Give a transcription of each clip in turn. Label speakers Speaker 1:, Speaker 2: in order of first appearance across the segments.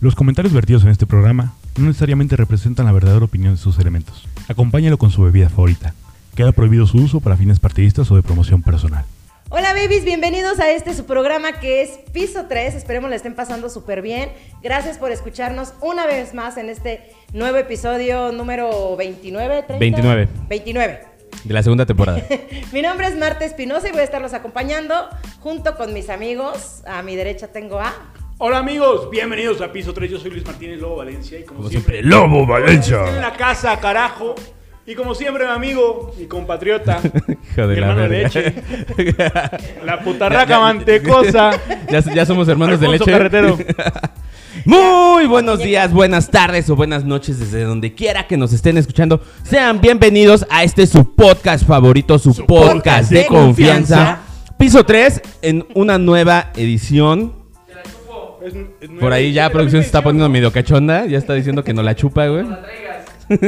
Speaker 1: Los comentarios vertidos en este programa no necesariamente representan la verdadera opinión de sus elementos. Acompáñalo con su bebida favorita. Queda prohibido su uso para fines partidistas o de promoción personal.
Speaker 2: Hola babies, bienvenidos a este su programa que es Piso 3. Esperemos la estén pasando súper bien. Gracias por escucharnos una vez más en este nuevo episodio número 29, 30?
Speaker 3: 29.
Speaker 2: 29.
Speaker 3: De la segunda temporada.
Speaker 2: Mi nombre es Marta Espinosa y voy a estarlos acompañando junto con mis amigos. A mi derecha tengo a
Speaker 4: Hola amigos, bienvenidos a Piso 3. Yo soy Luis Martínez Lobo Valencia y como,
Speaker 3: Como
Speaker 4: siempre,
Speaker 3: siempre, Lobo
Speaker 4: Estoy en
Speaker 3: Valencia.
Speaker 4: la casa, carajo. Y como siempre, mi amigo, mi compatriota,
Speaker 3: Hijo
Speaker 4: mi
Speaker 3: de la
Speaker 4: hermano de
Speaker 3: verga.
Speaker 4: leche, la
Speaker 3: Ya- ya-
Speaker 4: putarraca mantecosa,
Speaker 3: ya, ya somos hermanos de
Speaker 4: Alfonso
Speaker 3: leche.
Speaker 4: Carretero.
Speaker 3: Muy buenos días, buenas tardes o buenas noches desde donde quiera que nos estén escuchando. Sean bienvenidos a este su podcast favorito, su, podcast,
Speaker 2: podcast
Speaker 3: de
Speaker 2: de confianza.
Speaker 3: confianza. Piso 3 en una nueva edición.
Speaker 4: Es- es
Speaker 3: Por ahí ya producción se está poniendo medio cachonda, ya está diciendo que no la chupa, güey.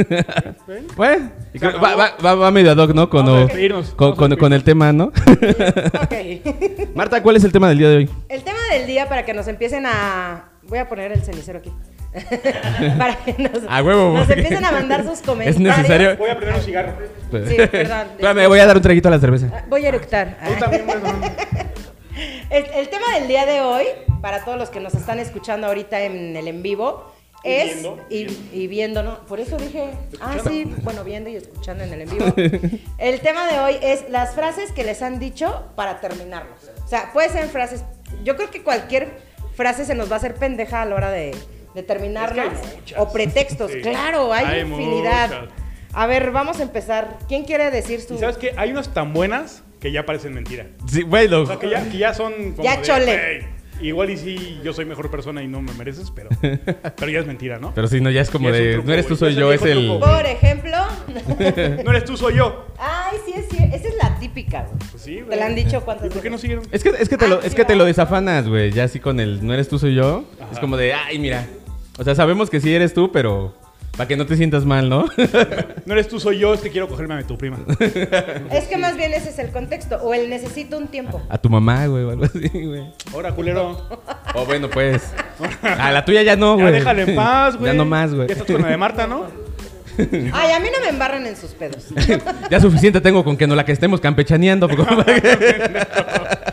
Speaker 3: Pues,
Speaker 4: acabó.
Speaker 3: va, va- va- va medio ad hoc, ¿no? Con,
Speaker 4: Vamos a
Speaker 3: lo-
Speaker 4: despedirnos,
Speaker 3: con,
Speaker 4: vamos a
Speaker 3: con- con el tema, ¿no?
Speaker 2: Ok.
Speaker 3: Marta, ¿cuál es el tema del día de hoy?
Speaker 2: El tema del día para que nos empiecen a. Voy a poner el cenicero aquí. para que nos,
Speaker 3: A huevo,
Speaker 2: nos
Speaker 3: güey.
Speaker 2: empiezan a mandar sus
Speaker 3: Es
Speaker 2: comentarios.
Speaker 3: necesario.
Speaker 4: Voy a prender un cigarro.
Speaker 2: Sí, perdón.
Speaker 3: Me voy a dar un traguito a la cerveza.
Speaker 2: Ah, Voy a eructar.
Speaker 4: Tú también, bueno,
Speaker 2: El, el tema del día de hoy, para todos los que nos están escuchando ahorita en el en vivo,
Speaker 4: Y
Speaker 2: es.
Speaker 4: viendo,
Speaker 2: y, y viendo, ¿no? Por eso dije. Ah,
Speaker 4: Escuchando.
Speaker 2: sí, bueno, viendo y escuchando en el en vivo. el tema de hoy es las frases que les han dicho para terminarlos. O sea, puede ser frases. Yo creo que cualquier frase se nos va a hacer pendeja a la hora de, de terminarlos.
Speaker 4: Es que hay muchas.
Speaker 2: o pretextos.
Speaker 4: Sí.
Speaker 2: Claro, hay,
Speaker 4: Hay
Speaker 2: infinidad.
Speaker 4: muchas.
Speaker 2: A ver, vamos a empezar. ¿Quién quiere decir su.?
Speaker 4: Y sabes que hay unas tan buenas que ya parecen mentira.
Speaker 3: Sí, güey, lo-
Speaker 4: O sea, que ya, que ya son como
Speaker 2: Ya
Speaker 4: de,
Speaker 2: chole.
Speaker 4: "Güey, Igual y sí, yo soy mejor persona y no me mereces, pero, pero ya es mentira, ¿no?
Speaker 3: Pero si no, ya es como
Speaker 4: Ya es un
Speaker 3: de.
Speaker 4: truco,
Speaker 3: no eres tú,
Speaker 4: güey.
Speaker 3: soy
Speaker 4: Ya se
Speaker 3: yo, es
Speaker 4: dijo
Speaker 3: el.
Speaker 4: truco.
Speaker 2: Por ejemplo.
Speaker 4: No eres tú, soy yo.
Speaker 2: Ay, sí, es cierto. Esa es la típica, güey.
Speaker 4: Pues sí, güey.
Speaker 2: Te la han dicho
Speaker 4: ¿Y
Speaker 2: cuántas
Speaker 4: por qué no
Speaker 2: veces.
Speaker 4: siguieron?
Speaker 3: Es que, es que te lo,
Speaker 2: Ah,
Speaker 3: es
Speaker 2: sí,
Speaker 3: que te
Speaker 2: ¿no?
Speaker 3: lo desafanas, güey. Ya así con el no eres tú, soy yo. Es como de, ay, mira. O sea, sabemos que sí eres tú, pero. Para que no te sientas mal, ¿no?
Speaker 4: No eres tú, soy yo, es que quiero cogerme a tu prima.
Speaker 2: Es que más bien ese es el contexto. O el necesito un tiempo.
Speaker 3: A tu mamá, güey, o algo así, güey.
Speaker 4: Ahora, culero.
Speaker 3: O bueno, pues. A la tuya ya no,
Speaker 4: Ya
Speaker 3: güey.
Speaker 4: déjala en paz, güey.
Speaker 3: Ya no más, güey.
Speaker 4: Ya estás con la de Marta, ¿no?
Speaker 2: Ay, a mí no me embarran en sus pedos.
Speaker 3: Ya suficiente tengo con que no la que estemos campechaneando. porque-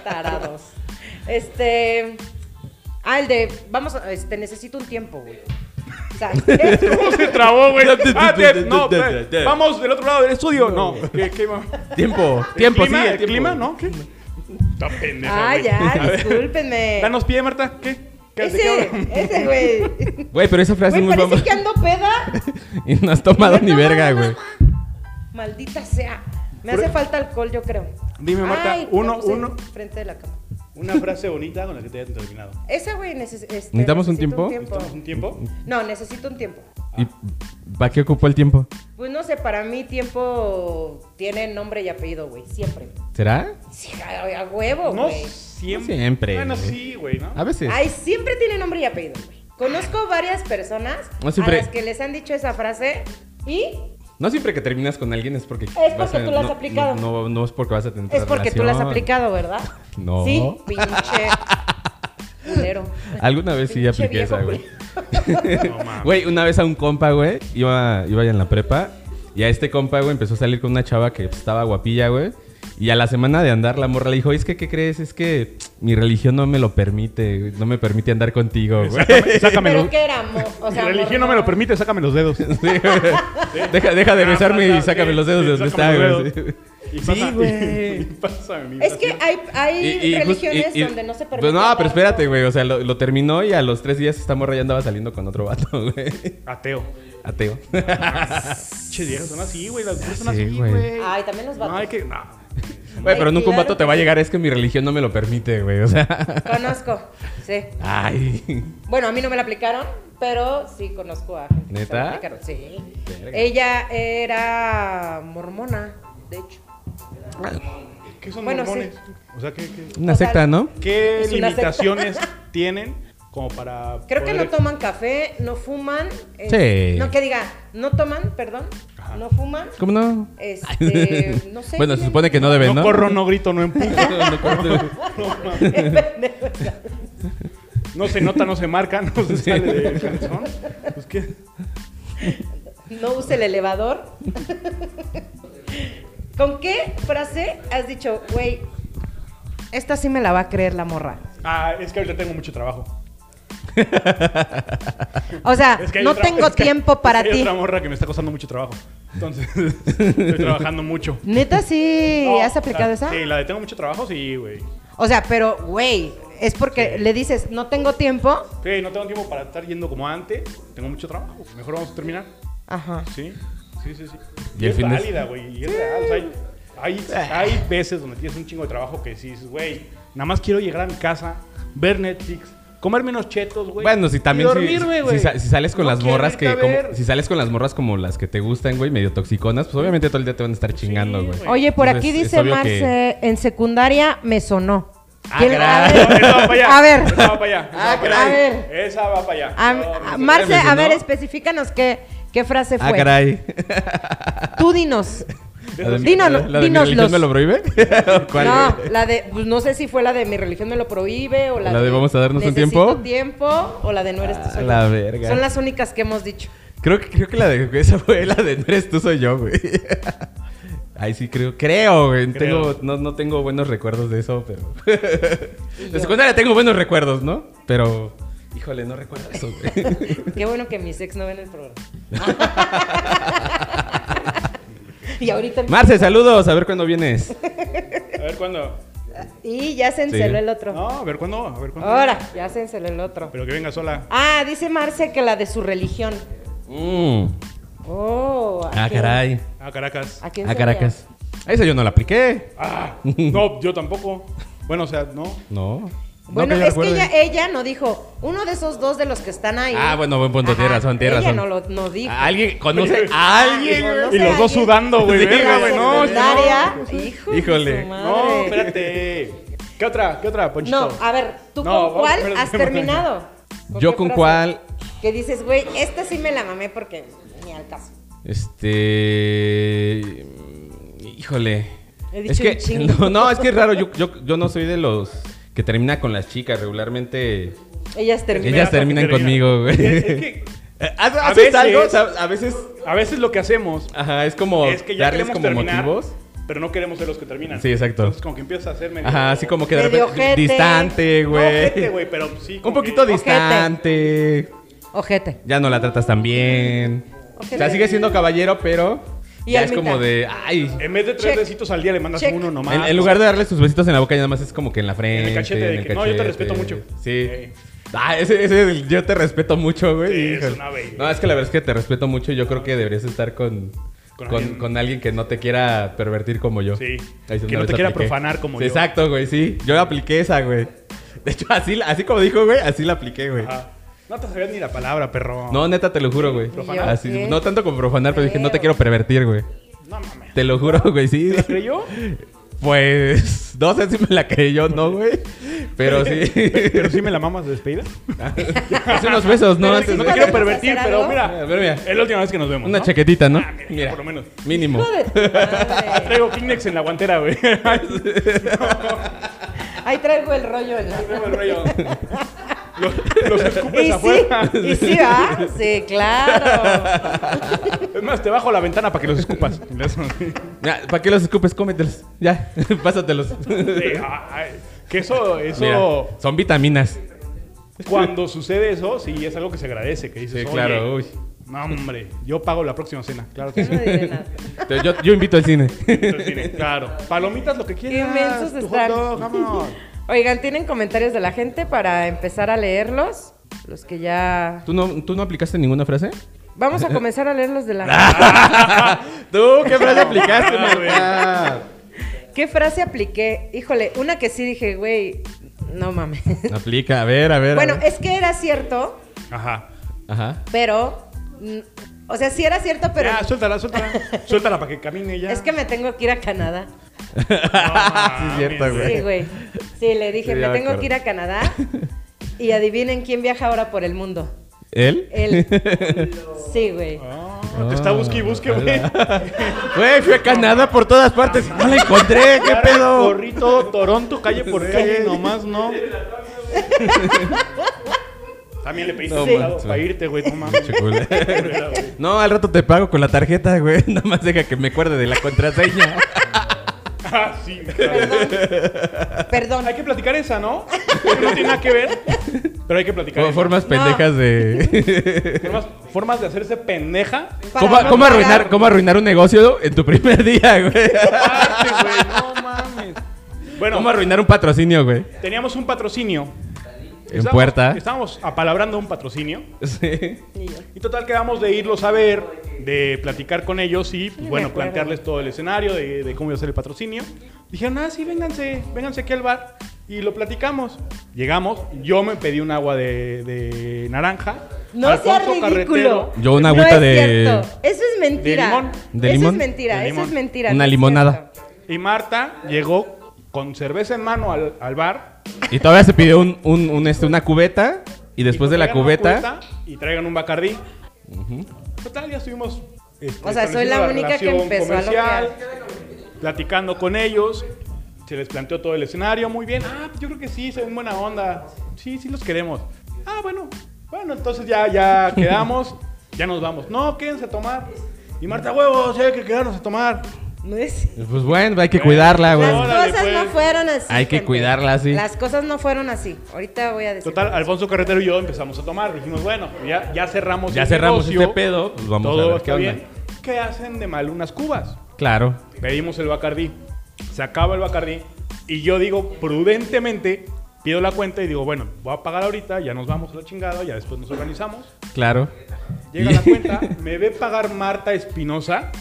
Speaker 2: Tarados. Este. Ah, el de. Vamos, a- este, necesito un tiempo, güey. O sea, es
Speaker 4: ¿Cómo se trabó, güey? Ah, te- no, te- vamos del otro lado del estudio. No, ¿qué, qué ma-
Speaker 3: tiempo,
Speaker 4: ¿El
Speaker 3: tiempo,
Speaker 4: clima?
Speaker 3: sí.
Speaker 4: ¿El
Speaker 3: tiempo.
Speaker 4: clima? ¿No? ¿Qué? Está pendeja,
Speaker 2: Ah,
Speaker 4: güey. A
Speaker 2: ya,
Speaker 4: ver,
Speaker 2: discúlpenme.
Speaker 4: Danos pie, Marta. ¿Qué? ¿Qué de qué
Speaker 2: Ese,
Speaker 4: hablan?
Speaker 2: ese, güey.
Speaker 3: Güey, pero esa frase
Speaker 2: Güey,
Speaker 3: muy
Speaker 2: parece
Speaker 3: famosa.
Speaker 2: que ando peda.
Speaker 3: Y no has tomado
Speaker 2: No he
Speaker 3: ni
Speaker 2: tomado nada.
Speaker 3: verga, güey.
Speaker 2: Maldita sea. Me
Speaker 4: Por-
Speaker 2: hace falta alcohol, yo creo.
Speaker 4: Dime, Marta,
Speaker 2: Ay,
Speaker 4: uno,
Speaker 2: lo puse
Speaker 4: uno.
Speaker 2: Frente de la cama.
Speaker 4: Una frase bonita con la que te hayan terminado.
Speaker 2: Ese güey neces- este,
Speaker 3: ¿Necesitamos un
Speaker 2: necesito
Speaker 3: tiempo?
Speaker 4: ¿Estamos un tiempo?
Speaker 2: No, necesito un tiempo.
Speaker 3: ¿Y para qué ocupó el tiempo?
Speaker 2: Pues no sé, para mí tiempo tiene nombre y apellido, güey. Siempre.
Speaker 3: ¿Será?
Speaker 2: Sí, a, a huevo,
Speaker 4: No
Speaker 2: güey.
Speaker 4: siempre.
Speaker 3: No siempre,
Speaker 4: Bueno,
Speaker 3: güey.
Speaker 4: sí, güey, ¿no?
Speaker 3: A veces.
Speaker 2: Ay, siempre tiene nombre y apellido, güey. Conozco varias personas
Speaker 3: No siempre.
Speaker 2: a las que les han dicho esa frase y
Speaker 3: No siempre que terminas con alguien es porque.
Speaker 2: porque tú lo has
Speaker 3: no-
Speaker 2: aplicado.
Speaker 3: No, no, no es porque vas a tener
Speaker 2: es porque tú la has
Speaker 3: relación.
Speaker 2: aplicado, ¿verdad?
Speaker 3: No.
Speaker 2: Sí, pinche culero.
Speaker 3: Alguna vez sí
Speaker 2: Pinche
Speaker 3: apliqué
Speaker 2: viejo
Speaker 3: esa, güey.
Speaker 2: culero.
Speaker 4: No mames.
Speaker 3: Güey, una vez a un compa, güey, iba, iba ya en la prepa. Y a este compa, güey, empezó a salir con una chava que pues, estaba guapilla, güey. Y a la semana de andar, la morra le dijo: Es que, ¿qué crees? Es que mi religión no me lo permite. güey. No me permite andar contigo, güey.
Speaker 4: Sácame- Sácamelo.
Speaker 2: Pero que era, mo- o sea,
Speaker 4: Mi religión no
Speaker 2: mormón.
Speaker 4: me lo permite, sácame los dedos.
Speaker 3: Deja, deja de
Speaker 4: Ah,
Speaker 3: besarme
Speaker 4: pasa,
Speaker 3: y sácame
Speaker 4: sí,
Speaker 3: los dedos
Speaker 4: sí,
Speaker 3: de donde está,
Speaker 4: sácame los
Speaker 3: güey.
Speaker 4: dedos. Y
Speaker 3: Sí,
Speaker 4: pasa-
Speaker 3: güey.
Speaker 4: y pasa, mi
Speaker 2: Es
Speaker 4: pasa.
Speaker 2: que hay, hay
Speaker 3: Y- y just-
Speaker 2: religiones
Speaker 3: y- y-
Speaker 2: donde no se permite.
Speaker 3: Pues no,
Speaker 2: hablar,
Speaker 3: pero espérate, güey. O sea, lo, lo terminó y a los tres días esta morra ya andaba saliendo con otro vato, güey.
Speaker 4: Ateo.
Speaker 3: Ateo.
Speaker 4: Che, viejas son así, güey. Las mujeres son
Speaker 3: sé,
Speaker 4: así,
Speaker 3: güey.
Speaker 4: güey.
Speaker 2: Ay, también los vatos.
Speaker 4: No, hay que. no.
Speaker 3: Güey, pero nunca un
Speaker 2: claro
Speaker 3: vato te va a llegar. Es que mi religión no me lo permite, güey. O sea.
Speaker 2: Conozco, sí.
Speaker 3: Ay.
Speaker 2: Bueno, a mí no me la aplicaron, pero sí conozco a gente. que se
Speaker 3: ¿Neta?
Speaker 2: la aplicaron, sí.
Speaker 3: Verga.
Speaker 2: Ella era mormona, de hecho.
Speaker 4: ¿Qué son
Speaker 2: Bueno,
Speaker 4: mormones?
Speaker 2: sí.
Speaker 4: O sea, ¿qué, qué,
Speaker 3: Una
Speaker 2: O sea,
Speaker 3: secta, ¿no?
Speaker 4: qué
Speaker 2: Es una
Speaker 4: limitaciones tienen como para.
Speaker 2: Creo que no
Speaker 4: poder-
Speaker 2: toman café, no fuman. eh,
Speaker 3: Sí.
Speaker 2: No, que diga, no toman, perdón.
Speaker 4: Ajá.
Speaker 2: No fuman.
Speaker 3: ¿Cómo no?
Speaker 2: Este, no sé,
Speaker 3: Bueno, se
Speaker 2: tienen-
Speaker 3: supone que no deben,
Speaker 4: No
Speaker 3: ¿no?
Speaker 4: corro, no grito, no empujo.
Speaker 3: No corro.
Speaker 4: No, mames. No se nota, no se marca, no se sale del calzón. Pues qué.
Speaker 2: No use el elevador. ¿Con qué frase has dicho, güey, esta sí me la va a creer la morra?
Speaker 4: Ah, es que ahorita tengo mucho trabajo.
Speaker 2: O sea,
Speaker 4: Es que hay
Speaker 2: Ah, no
Speaker 4: otra-
Speaker 2: tengo
Speaker 4: es que-
Speaker 2: tiempo
Speaker 4: es que
Speaker 2: para
Speaker 4: hay
Speaker 2: ti.
Speaker 4: otra morra que me está costando mucho trabajo. Entonces, estoy trabajando mucho.
Speaker 2: Neta, sí,
Speaker 4: No,
Speaker 2: has aplicado
Speaker 4: la-
Speaker 2: esa.
Speaker 4: Sí, la de tengo mucho trabajo, sí, güey.
Speaker 2: O sea, pero, güey, es porque le dices, no tengo tiempo.
Speaker 4: Sí, no tengo tiempo para estar yendo como antes. Tengo mucho trabajo. Mejor vamos a terminar.
Speaker 2: Ajá.
Speaker 4: Sí, sí, sí. sí.
Speaker 3: Y
Speaker 4: Y,
Speaker 3: el
Speaker 4: es
Speaker 3: fin de-
Speaker 4: válida, güey. Y es real. O sea, hay, hay- hay veces donde tienes un chingo de trabajo que dices, güey, nada más quiero llegar a mi casa, ver Netflix, comerme unos chetos, güey.
Speaker 3: Bueno, si también
Speaker 4: y
Speaker 3: si-
Speaker 4: dormirme,
Speaker 3: si,
Speaker 4: güey.
Speaker 3: sa- si sales con
Speaker 4: No
Speaker 3: las
Speaker 4: quiero
Speaker 3: morras
Speaker 4: irte
Speaker 3: que
Speaker 4: a
Speaker 3: como,
Speaker 4: ver.
Speaker 3: si sales con las morras como las que te gustan, güey, medio toxiconas, pues obviamente todo el día te van a estar chingando, güey.
Speaker 4: güey.
Speaker 2: Oye, por
Speaker 3: Entonces,
Speaker 2: aquí
Speaker 3: es
Speaker 2: dice
Speaker 3: obvio
Speaker 2: Marce, en secundaria me sonó.
Speaker 3: Ah,
Speaker 2: ¿Quién- a
Speaker 3: caray. pues
Speaker 4: No,
Speaker 2: ver,
Speaker 4: esa va para allá.
Speaker 2: a ver,
Speaker 4: Esa va para allá. esa va para allá.
Speaker 2: caray. Ah,
Speaker 3: Ah,
Speaker 2: A ver.
Speaker 4: Esa va para allá.
Speaker 2: a-
Speaker 4: No,
Speaker 2: a-
Speaker 4: no,
Speaker 2: Marce,
Speaker 3: me
Speaker 2: a ver,
Speaker 3: sonó.
Speaker 2: especifícanos qué, qué frase
Speaker 3: Ah,
Speaker 2: fue.
Speaker 3: caray.
Speaker 2: Tú dinos.
Speaker 3: La de-
Speaker 2: Dino-
Speaker 3: la de mi religión
Speaker 2: dínoslos.
Speaker 3: me lo prohíbe? ¿O cuál,
Speaker 2: no,
Speaker 3: güey?
Speaker 2: la de, pues no sé si fue la de mi religión me lo prohíbe o la,
Speaker 3: La de vamos a darnos un
Speaker 2: necesito
Speaker 3: tiempo.
Speaker 2: tiempo o la de no eres tú
Speaker 3: Ah,
Speaker 2: soy
Speaker 3: la
Speaker 2: yo.
Speaker 3: verga.
Speaker 2: Son las únicas que hemos dicho.
Speaker 3: Creo que, creo que la de esa fue la de no eres tú, soy yo, güey. Ahí sí creo, creo, güey.
Speaker 4: Creo.
Speaker 3: Tengo- no, no tengo buenos recuerdos de eso, pero.
Speaker 2: Y
Speaker 3: De
Speaker 2: yo,
Speaker 3: secundaria tengo buenos recuerdos, ¿no? Pero. Híjole, no recuerdo eso, güey.
Speaker 2: Qué bueno que mis ex no ven el programa. y ahorita
Speaker 3: Marce, saludos, a ver cuándo vienes.
Speaker 4: A ver cuándo.
Speaker 2: Y ya se enceló
Speaker 3: Sí.
Speaker 2: el otro.
Speaker 4: No, a ver cuándo. A ver cuándo.
Speaker 2: Ahora, ya se enceló el otro.
Speaker 4: Pero que venga sola.
Speaker 2: Ah, dice Marce que la de su religión.
Speaker 3: Mm.
Speaker 2: Oh, ¿a
Speaker 3: Ah,
Speaker 2: quién-
Speaker 3: caray. Ah,
Speaker 4: A Ah, Caracas.
Speaker 2: ¿A, quién
Speaker 3: A
Speaker 2: sería?
Speaker 3: Caracas. A Ah, Esa yo no la apliqué.
Speaker 4: Ah, no, yo tampoco. Bueno, o sea, no.
Speaker 3: No.
Speaker 2: Bueno,
Speaker 3: pues yo
Speaker 2: es que
Speaker 3: recuerde.
Speaker 2: ella, ella no dijo uno de esos dos de los que están ahí.
Speaker 3: Ah, bueno, buen punto, tienes
Speaker 2: Ajá,
Speaker 3: razón, tienes
Speaker 2: ella
Speaker 3: razón.
Speaker 2: no lo no dijo.
Speaker 3: ¿A ¿Alguien conoce a alguien?
Speaker 2: Ah, no
Speaker 4: Y
Speaker 2: sé,
Speaker 4: los dos
Speaker 2: alguien-
Speaker 4: sudando, güey.
Speaker 3: Sí,
Speaker 4: verga, güey. No,
Speaker 3: güey,
Speaker 2: secundaria. Hijo de
Speaker 3: Híjole.
Speaker 2: su madre.
Speaker 4: No, espérate. ¿Qué otra? ¿Qué otra, Ponchito?
Speaker 2: No, a ver, ¿tú
Speaker 4: No,
Speaker 2: con
Speaker 4: vamos,
Speaker 2: cuál
Speaker 4: espérate,
Speaker 2: has
Speaker 4: espérate.
Speaker 2: terminado?
Speaker 3: Yo
Speaker 2: qué
Speaker 3: con
Speaker 2: frase?
Speaker 3: cuál-
Speaker 2: Que dices, güey, esta sí me la mamé porque ni al caso.
Speaker 3: Este. mm, Híjole.
Speaker 2: He dicho
Speaker 3: es
Speaker 2: un
Speaker 3: que.
Speaker 2: chingo.
Speaker 3: No, no, es que es raro. Yo, yo, yo no soy de los que termina con las chicas. Regularmente.
Speaker 2: Ellas terminan.
Speaker 3: Ellas
Speaker 4: hasta que
Speaker 3: terminan
Speaker 4: termina.
Speaker 3: conmigo, güey.
Speaker 4: Es- es que-
Speaker 3: Eh, ¿haz-
Speaker 4: A
Speaker 3: ¿Haces
Speaker 4: veces-
Speaker 3: algo? O sea, a veces.
Speaker 4: A veces lo que hacemos
Speaker 3: Ajá, es como
Speaker 4: es que ya
Speaker 3: darles
Speaker 4: queremos
Speaker 3: como
Speaker 4: terminar,
Speaker 3: motivos.
Speaker 4: pero no queremos ser los que terminan.
Speaker 3: Sí, exacto.
Speaker 4: Entonces, como que empiezas a hacerme.
Speaker 3: Ajá, así como que de
Speaker 2: Medio
Speaker 3: repente.
Speaker 2: ojete.
Speaker 3: Distante,
Speaker 4: No, ojete,
Speaker 3: güey.
Speaker 4: güey, pero sí.
Speaker 3: Un
Speaker 4: como
Speaker 3: poquito
Speaker 4: que-
Speaker 3: distante.
Speaker 2: Ojete.
Speaker 3: Ya no la tratas tan bien.
Speaker 2: Ojete.
Speaker 3: O sea, sigue siendo caballero, pero.
Speaker 2: Y
Speaker 3: Ya
Speaker 2: al
Speaker 3: es como
Speaker 2: mitad.
Speaker 3: de. Ay.
Speaker 4: En vez de tres
Speaker 2: Check.
Speaker 4: besitos al día, le mandas
Speaker 2: Check.
Speaker 4: uno nomás.
Speaker 3: En, en lugar de darle sus besitos en la boca, ya nada más es como que en la frente.
Speaker 4: En el cachete de
Speaker 3: en el
Speaker 4: que, "No, yo te
Speaker 3: cachete".
Speaker 4: respeto mucho.
Speaker 3: Sí.
Speaker 4: Ey.
Speaker 3: Ah, ese, ese del yo te respeto mucho, güey.
Speaker 4: Sí, es
Speaker 3: Híjole.
Speaker 4: una belleza.
Speaker 3: No, es que la verdad es que te respeto mucho y yo creo que deberías estar con,
Speaker 4: Con
Speaker 3: con, con alguien.
Speaker 4: alguien.
Speaker 3: que no te quiera pervertir como yo.
Speaker 4: Sí.
Speaker 3: Ahí sí,
Speaker 4: Que no
Speaker 3: una vez
Speaker 4: te quiera
Speaker 3: apliqué.
Speaker 4: profanar como
Speaker 3: Sí,
Speaker 4: yo.
Speaker 3: Exacto, güey, sí. Yo apliqué esa, güey. De hecho, así, la- así como dijo, güey, así la apliqué, güey.
Speaker 4: Ajá. No te sabías ni la palabra, perro.
Speaker 3: No, neta, te lo juro, güey.
Speaker 2: Profanar.
Speaker 3: Así,
Speaker 2: ¿Qué?
Speaker 3: no tanto como profanar, pero dije, no te
Speaker 2: Feo.
Speaker 3: quiero pervertir, güey.
Speaker 4: No mames.
Speaker 3: Te lo juro, güey, sí.
Speaker 4: ¿Te la creyó?
Speaker 3: Pues no sé si me la creí yo, no, güey. Pero sí.
Speaker 4: Pero sí me la mamas de despedida.
Speaker 3: Hace unos besos, ¿no?
Speaker 4: Pero
Speaker 3: Antes
Speaker 4: no
Speaker 3: de-
Speaker 4: te quiero pervertir,
Speaker 2: hacer
Speaker 4: pero
Speaker 2: algo?
Speaker 4: mira.
Speaker 3: A ver, mira.
Speaker 4: Es la última vez que nos vemos.
Speaker 3: Una
Speaker 4: ¿no?
Speaker 3: chaquetita, ¿no?
Speaker 4: Ah, mira,
Speaker 3: Mira,
Speaker 4: por lo menos.
Speaker 3: mínimo.
Speaker 2: Hijo de tu madre.
Speaker 4: Traigo Kleenex en la guantera, güey.
Speaker 2: Ahí traigo el rollo. en la-
Speaker 4: Los, los escupes
Speaker 2: Y sí,
Speaker 4: Pues afuera.
Speaker 2: y sí, ¿ah? Sí, claro.
Speaker 4: Es más, te bajo la ventana para que los escupas.
Speaker 3: Mira, ¿Para qué los escupes? Cómetelos. Ya, pásatelos.
Speaker 4: Sí, ay, que eso, eso
Speaker 3: Mira, son vitaminas.
Speaker 4: cuando sucede eso, sí es algo que se agradece, que dices,
Speaker 3: Sí, claro,
Speaker 4: "Oye,
Speaker 3: uy.
Speaker 4: No, hombre, yo pago la próxima cena, claro que
Speaker 2: Yo no
Speaker 4: sí.
Speaker 2: diré nada.
Speaker 3: Entonces, Yo, yo invito al cine.
Speaker 4: Entonces, mire, claro. Palomitas lo que quieras.
Speaker 2: inmensos
Speaker 4: tu hot
Speaker 2: están.
Speaker 4: dog, vámonos.
Speaker 2: Oigan, ¿tienen comentarios de la gente para empezar a leerlos? Los que ya...
Speaker 3: ¿Tú no, ¿Tú no aplicaste ninguna frase?
Speaker 2: Vamos a comenzar a leer los de
Speaker 3: Ah,
Speaker 2: la...
Speaker 3: ¿Tú qué frase aplicaste,
Speaker 4: Ah, güey.
Speaker 3: Marta?
Speaker 2: ¿Qué frase apliqué? Híjole, una que sí dije, güey, no mames.
Speaker 3: Aplica, a ver, a ver. a
Speaker 2: Bueno,
Speaker 3: ver.
Speaker 2: es que era cierto,
Speaker 4: Ajá.
Speaker 3: Ajá.
Speaker 2: pero... mm, O sea, sí era cierto, pero...
Speaker 4: ya, suéltala, suéltala. suéltala para que camine ya.
Speaker 2: Es que me tengo que ir a Canadá.
Speaker 3: sí, es cierto,
Speaker 4: mames.
Speaker 3: güey.
Speaker 2: Sí, güey. Sí, le dije,
Speaker 3: Sí,
Speaker 2: me
Speaker 3: ya me
Speaker 2: tengo
Speaker 3: acuerdo.
Speaker 2: que ir a Canadá. Y adivinen quién viaja ahora por el mundo.
Speaker 3: ¿Él?
Speaker 2: Él. Sí, güey.
Speaker 4: Ah, te está busque y
Speaker 3: Ah,
Speaker 4: busque, güey.
Speaker 3: Güey, fui a Canadá por todas partes. No la encontré, qué
Speaker 4: Ahora
Speaker 3: pedo.
Speaker 4: Corrí todo Toronto, calle por calle, nomás no. También le pediste
Speaker 3: No,
Speaker 4: un helado
Speaker 3: manches.
Speaker 4: para irte, güey. No mames. Culera, güey.
Speaker 3: No, al rato te pago con la tarjeta, güey. Nada más deja que me acuerde de la contraseña.
Speaker 4: Ah, sí. claro.
Speaker 2: Perdón.
Speaker 4: Hay que platicar esa, ¿no? No tiene nada que ver. Pero hay que platicar.
Speaker 3: Como
Speaker 4: esa.
Speaker 3: formas pendejas de.
Speaker 4: Formas, formas de hacerse pendeja.
Speaker 2: Para
Speaker 3: ¿Cómo,
Speaker 2: no
Speaker 3: cómo
Speaker 2: pagar.
Speaker 3: arruinar, ¿Cómo arruinar un negocio en tu primer día, güey?
Speaker 4: Aparte, güey, no mames. Bueno,
Speaker 3: ¿Cómo arruinar un patrocinio, güey?
Speaker 4: teníamos un patrocinio.
Speaker 3: En puerta.
Speaker 4: Estábamos apalabrando un patrocinio.
Speaker 3: Sí.
Speaker 2: Y yo,
Speaker 4: Y total quedamos de irlos a ver, de platicar con ellos y, pues,
Speaker 2: me
Speaker 4: bueno,
Speaker 2: acuerdo.
Speaker 4: plantearles todo el escenario de, de cómo iba a ser el patrocinio. Dijeron, ah, sí, vénganse, vénganse aquí al bar y lo platicamos. Llegamos, yo me pedí un agua de, de naranja.
Speaker 2: No sea
Speaker 4: Alfonso
Speaker 2: ridículo.
Speaker 4: Carretero,
Speaker 3: Yo una
Speaker 2: No
Speaker 3: agüita
Speaker 2: es
Speaker 3: de-
Speaker 2: cierto. Eso es mentira.
Speaker 4: ¿De limón?
Speaker 3: ¿De
Speaker 2: eso
Speaker 3: limón?
Speaker 2: es mentira,
Speaker 4: De
Speaker 2: eso
Speaker 4: limón.
Speaker 2: es mentira.
Speaker 3: Una
Speaker 2: no es
Speaker 3: limonada.
Speaker 2: cierto.
Speaker 4: Y Marta llegó con cerveza en mano al, al bar.
Speaker 3: Y todavía se pidió un, un- un, este, una cubeta. Y después
Speaker 4: Y
Speaker 3: de la
Speaker 4: traigan una
Speaker 3: cubeta.
Speaker 4: Y traigan un bacardí. Total, ya estuvimos. este,
Speaker 2: O sea, soy
Speaker 4: estableciendo
Speaker 2: la única que
Speaker 4: relación
Speaker 2: empezó a
Speaker 4: comercial,
Speaker 2: loquear.
Speaker 4: Platicando con ellos. Se les planteó todo el escenario. Muy bien. Ah, yo creo que sí, son buena onda. Sí, sí los queremos. Ah, bueno. Bueno, entonces ya, ya quedamos. ya nos vamos. No, quédense a tomar. Y Marta, huevos, sí, hay que quedarnos a tomar.
Speaker 2: No es.
Speaker 3: Pues bueno, hay que cuidarla, güey.
Speaker 4: Ahora-
Speaker 2: Las
Speaker 4: Órale,
Speaker 2: cosas
Speaker 4: pues.
Speaker 2: no fueron así.
Speaker 3: Hay que
Speaker 2: gente.
Speaker 3: cuidarla así.
Speaker 2: Las cosas no fueron así. Ahorita voy a decir.
Speaker 4: Total, Alfonso Carretero y yo empezamos a tomar. Dijimos, bueno, ya, ya cerramos
Speaker 3: Ya cerramos este pedo, pues vamos
Speaker 4: Todo
Speaker 3: a ver
Speaker 4: está
Speaker 3: qué onda.
Speaker 4: bien. ¿Qué hacen de mal unas cubas?
Speaker 3: Claro.
Speaker 4: Pedimos el Bacardí. Se acaba el Bacardí. Y yo digo, prudentemente, pido la cuenta y digo, bueno, voy a pagar ahorita, ya nos vamos a la chingada, ya después nos organizamos.
Speaker 3: Claro.
Speaker 4: Llega
Speaker 3: Y-
Speaker 4: la cuenta, me ve pagar Marta Espinosa.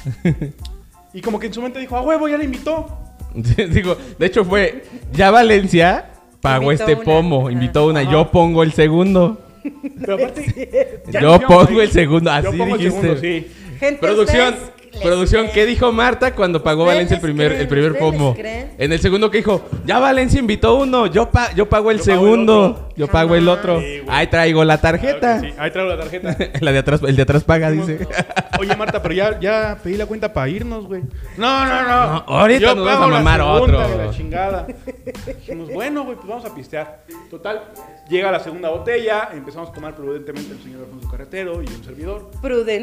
Speaker 4: Y como que en su mente dijo, a huevo, ya la invitó.
Speaker 3: Digo, de hecho fue, ya Valencia pagó
Speaker 2: Invitó
Speaker 3: este
Speaker 2: una. Ah.
Speaker 3: pomo,
Speaker 2: Ajá.
Speaker 3: invitó una,
Speaker 4: Ajá.
Speaker 3: yo pongo el segundo.
Speaker 4: Pero aparte, ya
Speaker 3: Yo
Speaker 4: nos íbamos
Speaker 3: pongo el segundo,
Speaker 4: Yo
Speaker 3: así
Speaker 4: pongo
Speaker 3: dijiste.
Speaker 4: el segundo, sí.
Speaker 2: Gente,
Speaker 3: Producción,
Speaker 2: ¿ustedes les
Speaker 3: producción, ¿qué
Speaker 2: creen?
Speaker 3: dijo Marta cuando pagó
Speaker 2: ¿Ustedes
Speaker 3: Valencia el
Speaker 2: les
Speaker 3: primer, el
Speaker 2: creen?
Speaker 3: primer
Speaker 2: ¿Ustedes les
Speaker 3: pomo?
Speaker 2: creen?
Speaker 3: En el segundo que dijo, ya Valencia invitó uno, yo, pa-
Speaker 4: Yo
Speaker 3: yo pago el
Speaker 4: pago el
Speaker 3: segundo,
Speaker 4: otro.
Speaker 3: yo pago el
Speaker 2: Jamás.
Speaker 3: otro.
Speaker 4: Sí, güey.
Speaker 3: Ahí traigo la
Speaker 4: Claro que
Speaker 3: tarjeta.
Speaker 4: sí. Ahí traigo la tarjeta.
Speaker 3: la de atrás, el de atrás paga, dice.
Speaker 4: Oye, Marta, pero ya, ya pedí la cuenta para irnos, güey. No, no, no.
Speaker 3: No, ahorita nos vas a
Speaker 4: pago la
Speaker 3: mamar
Speaker 4: segunda
Speaker 3: otro.
Speaker 4: de la chingada. Dijimos, bueno, güey, pues vamos a pistear. Total, llega la segunda botella, empezamos a tomar prudentemente el señor Alfonso Carretero y un servidor.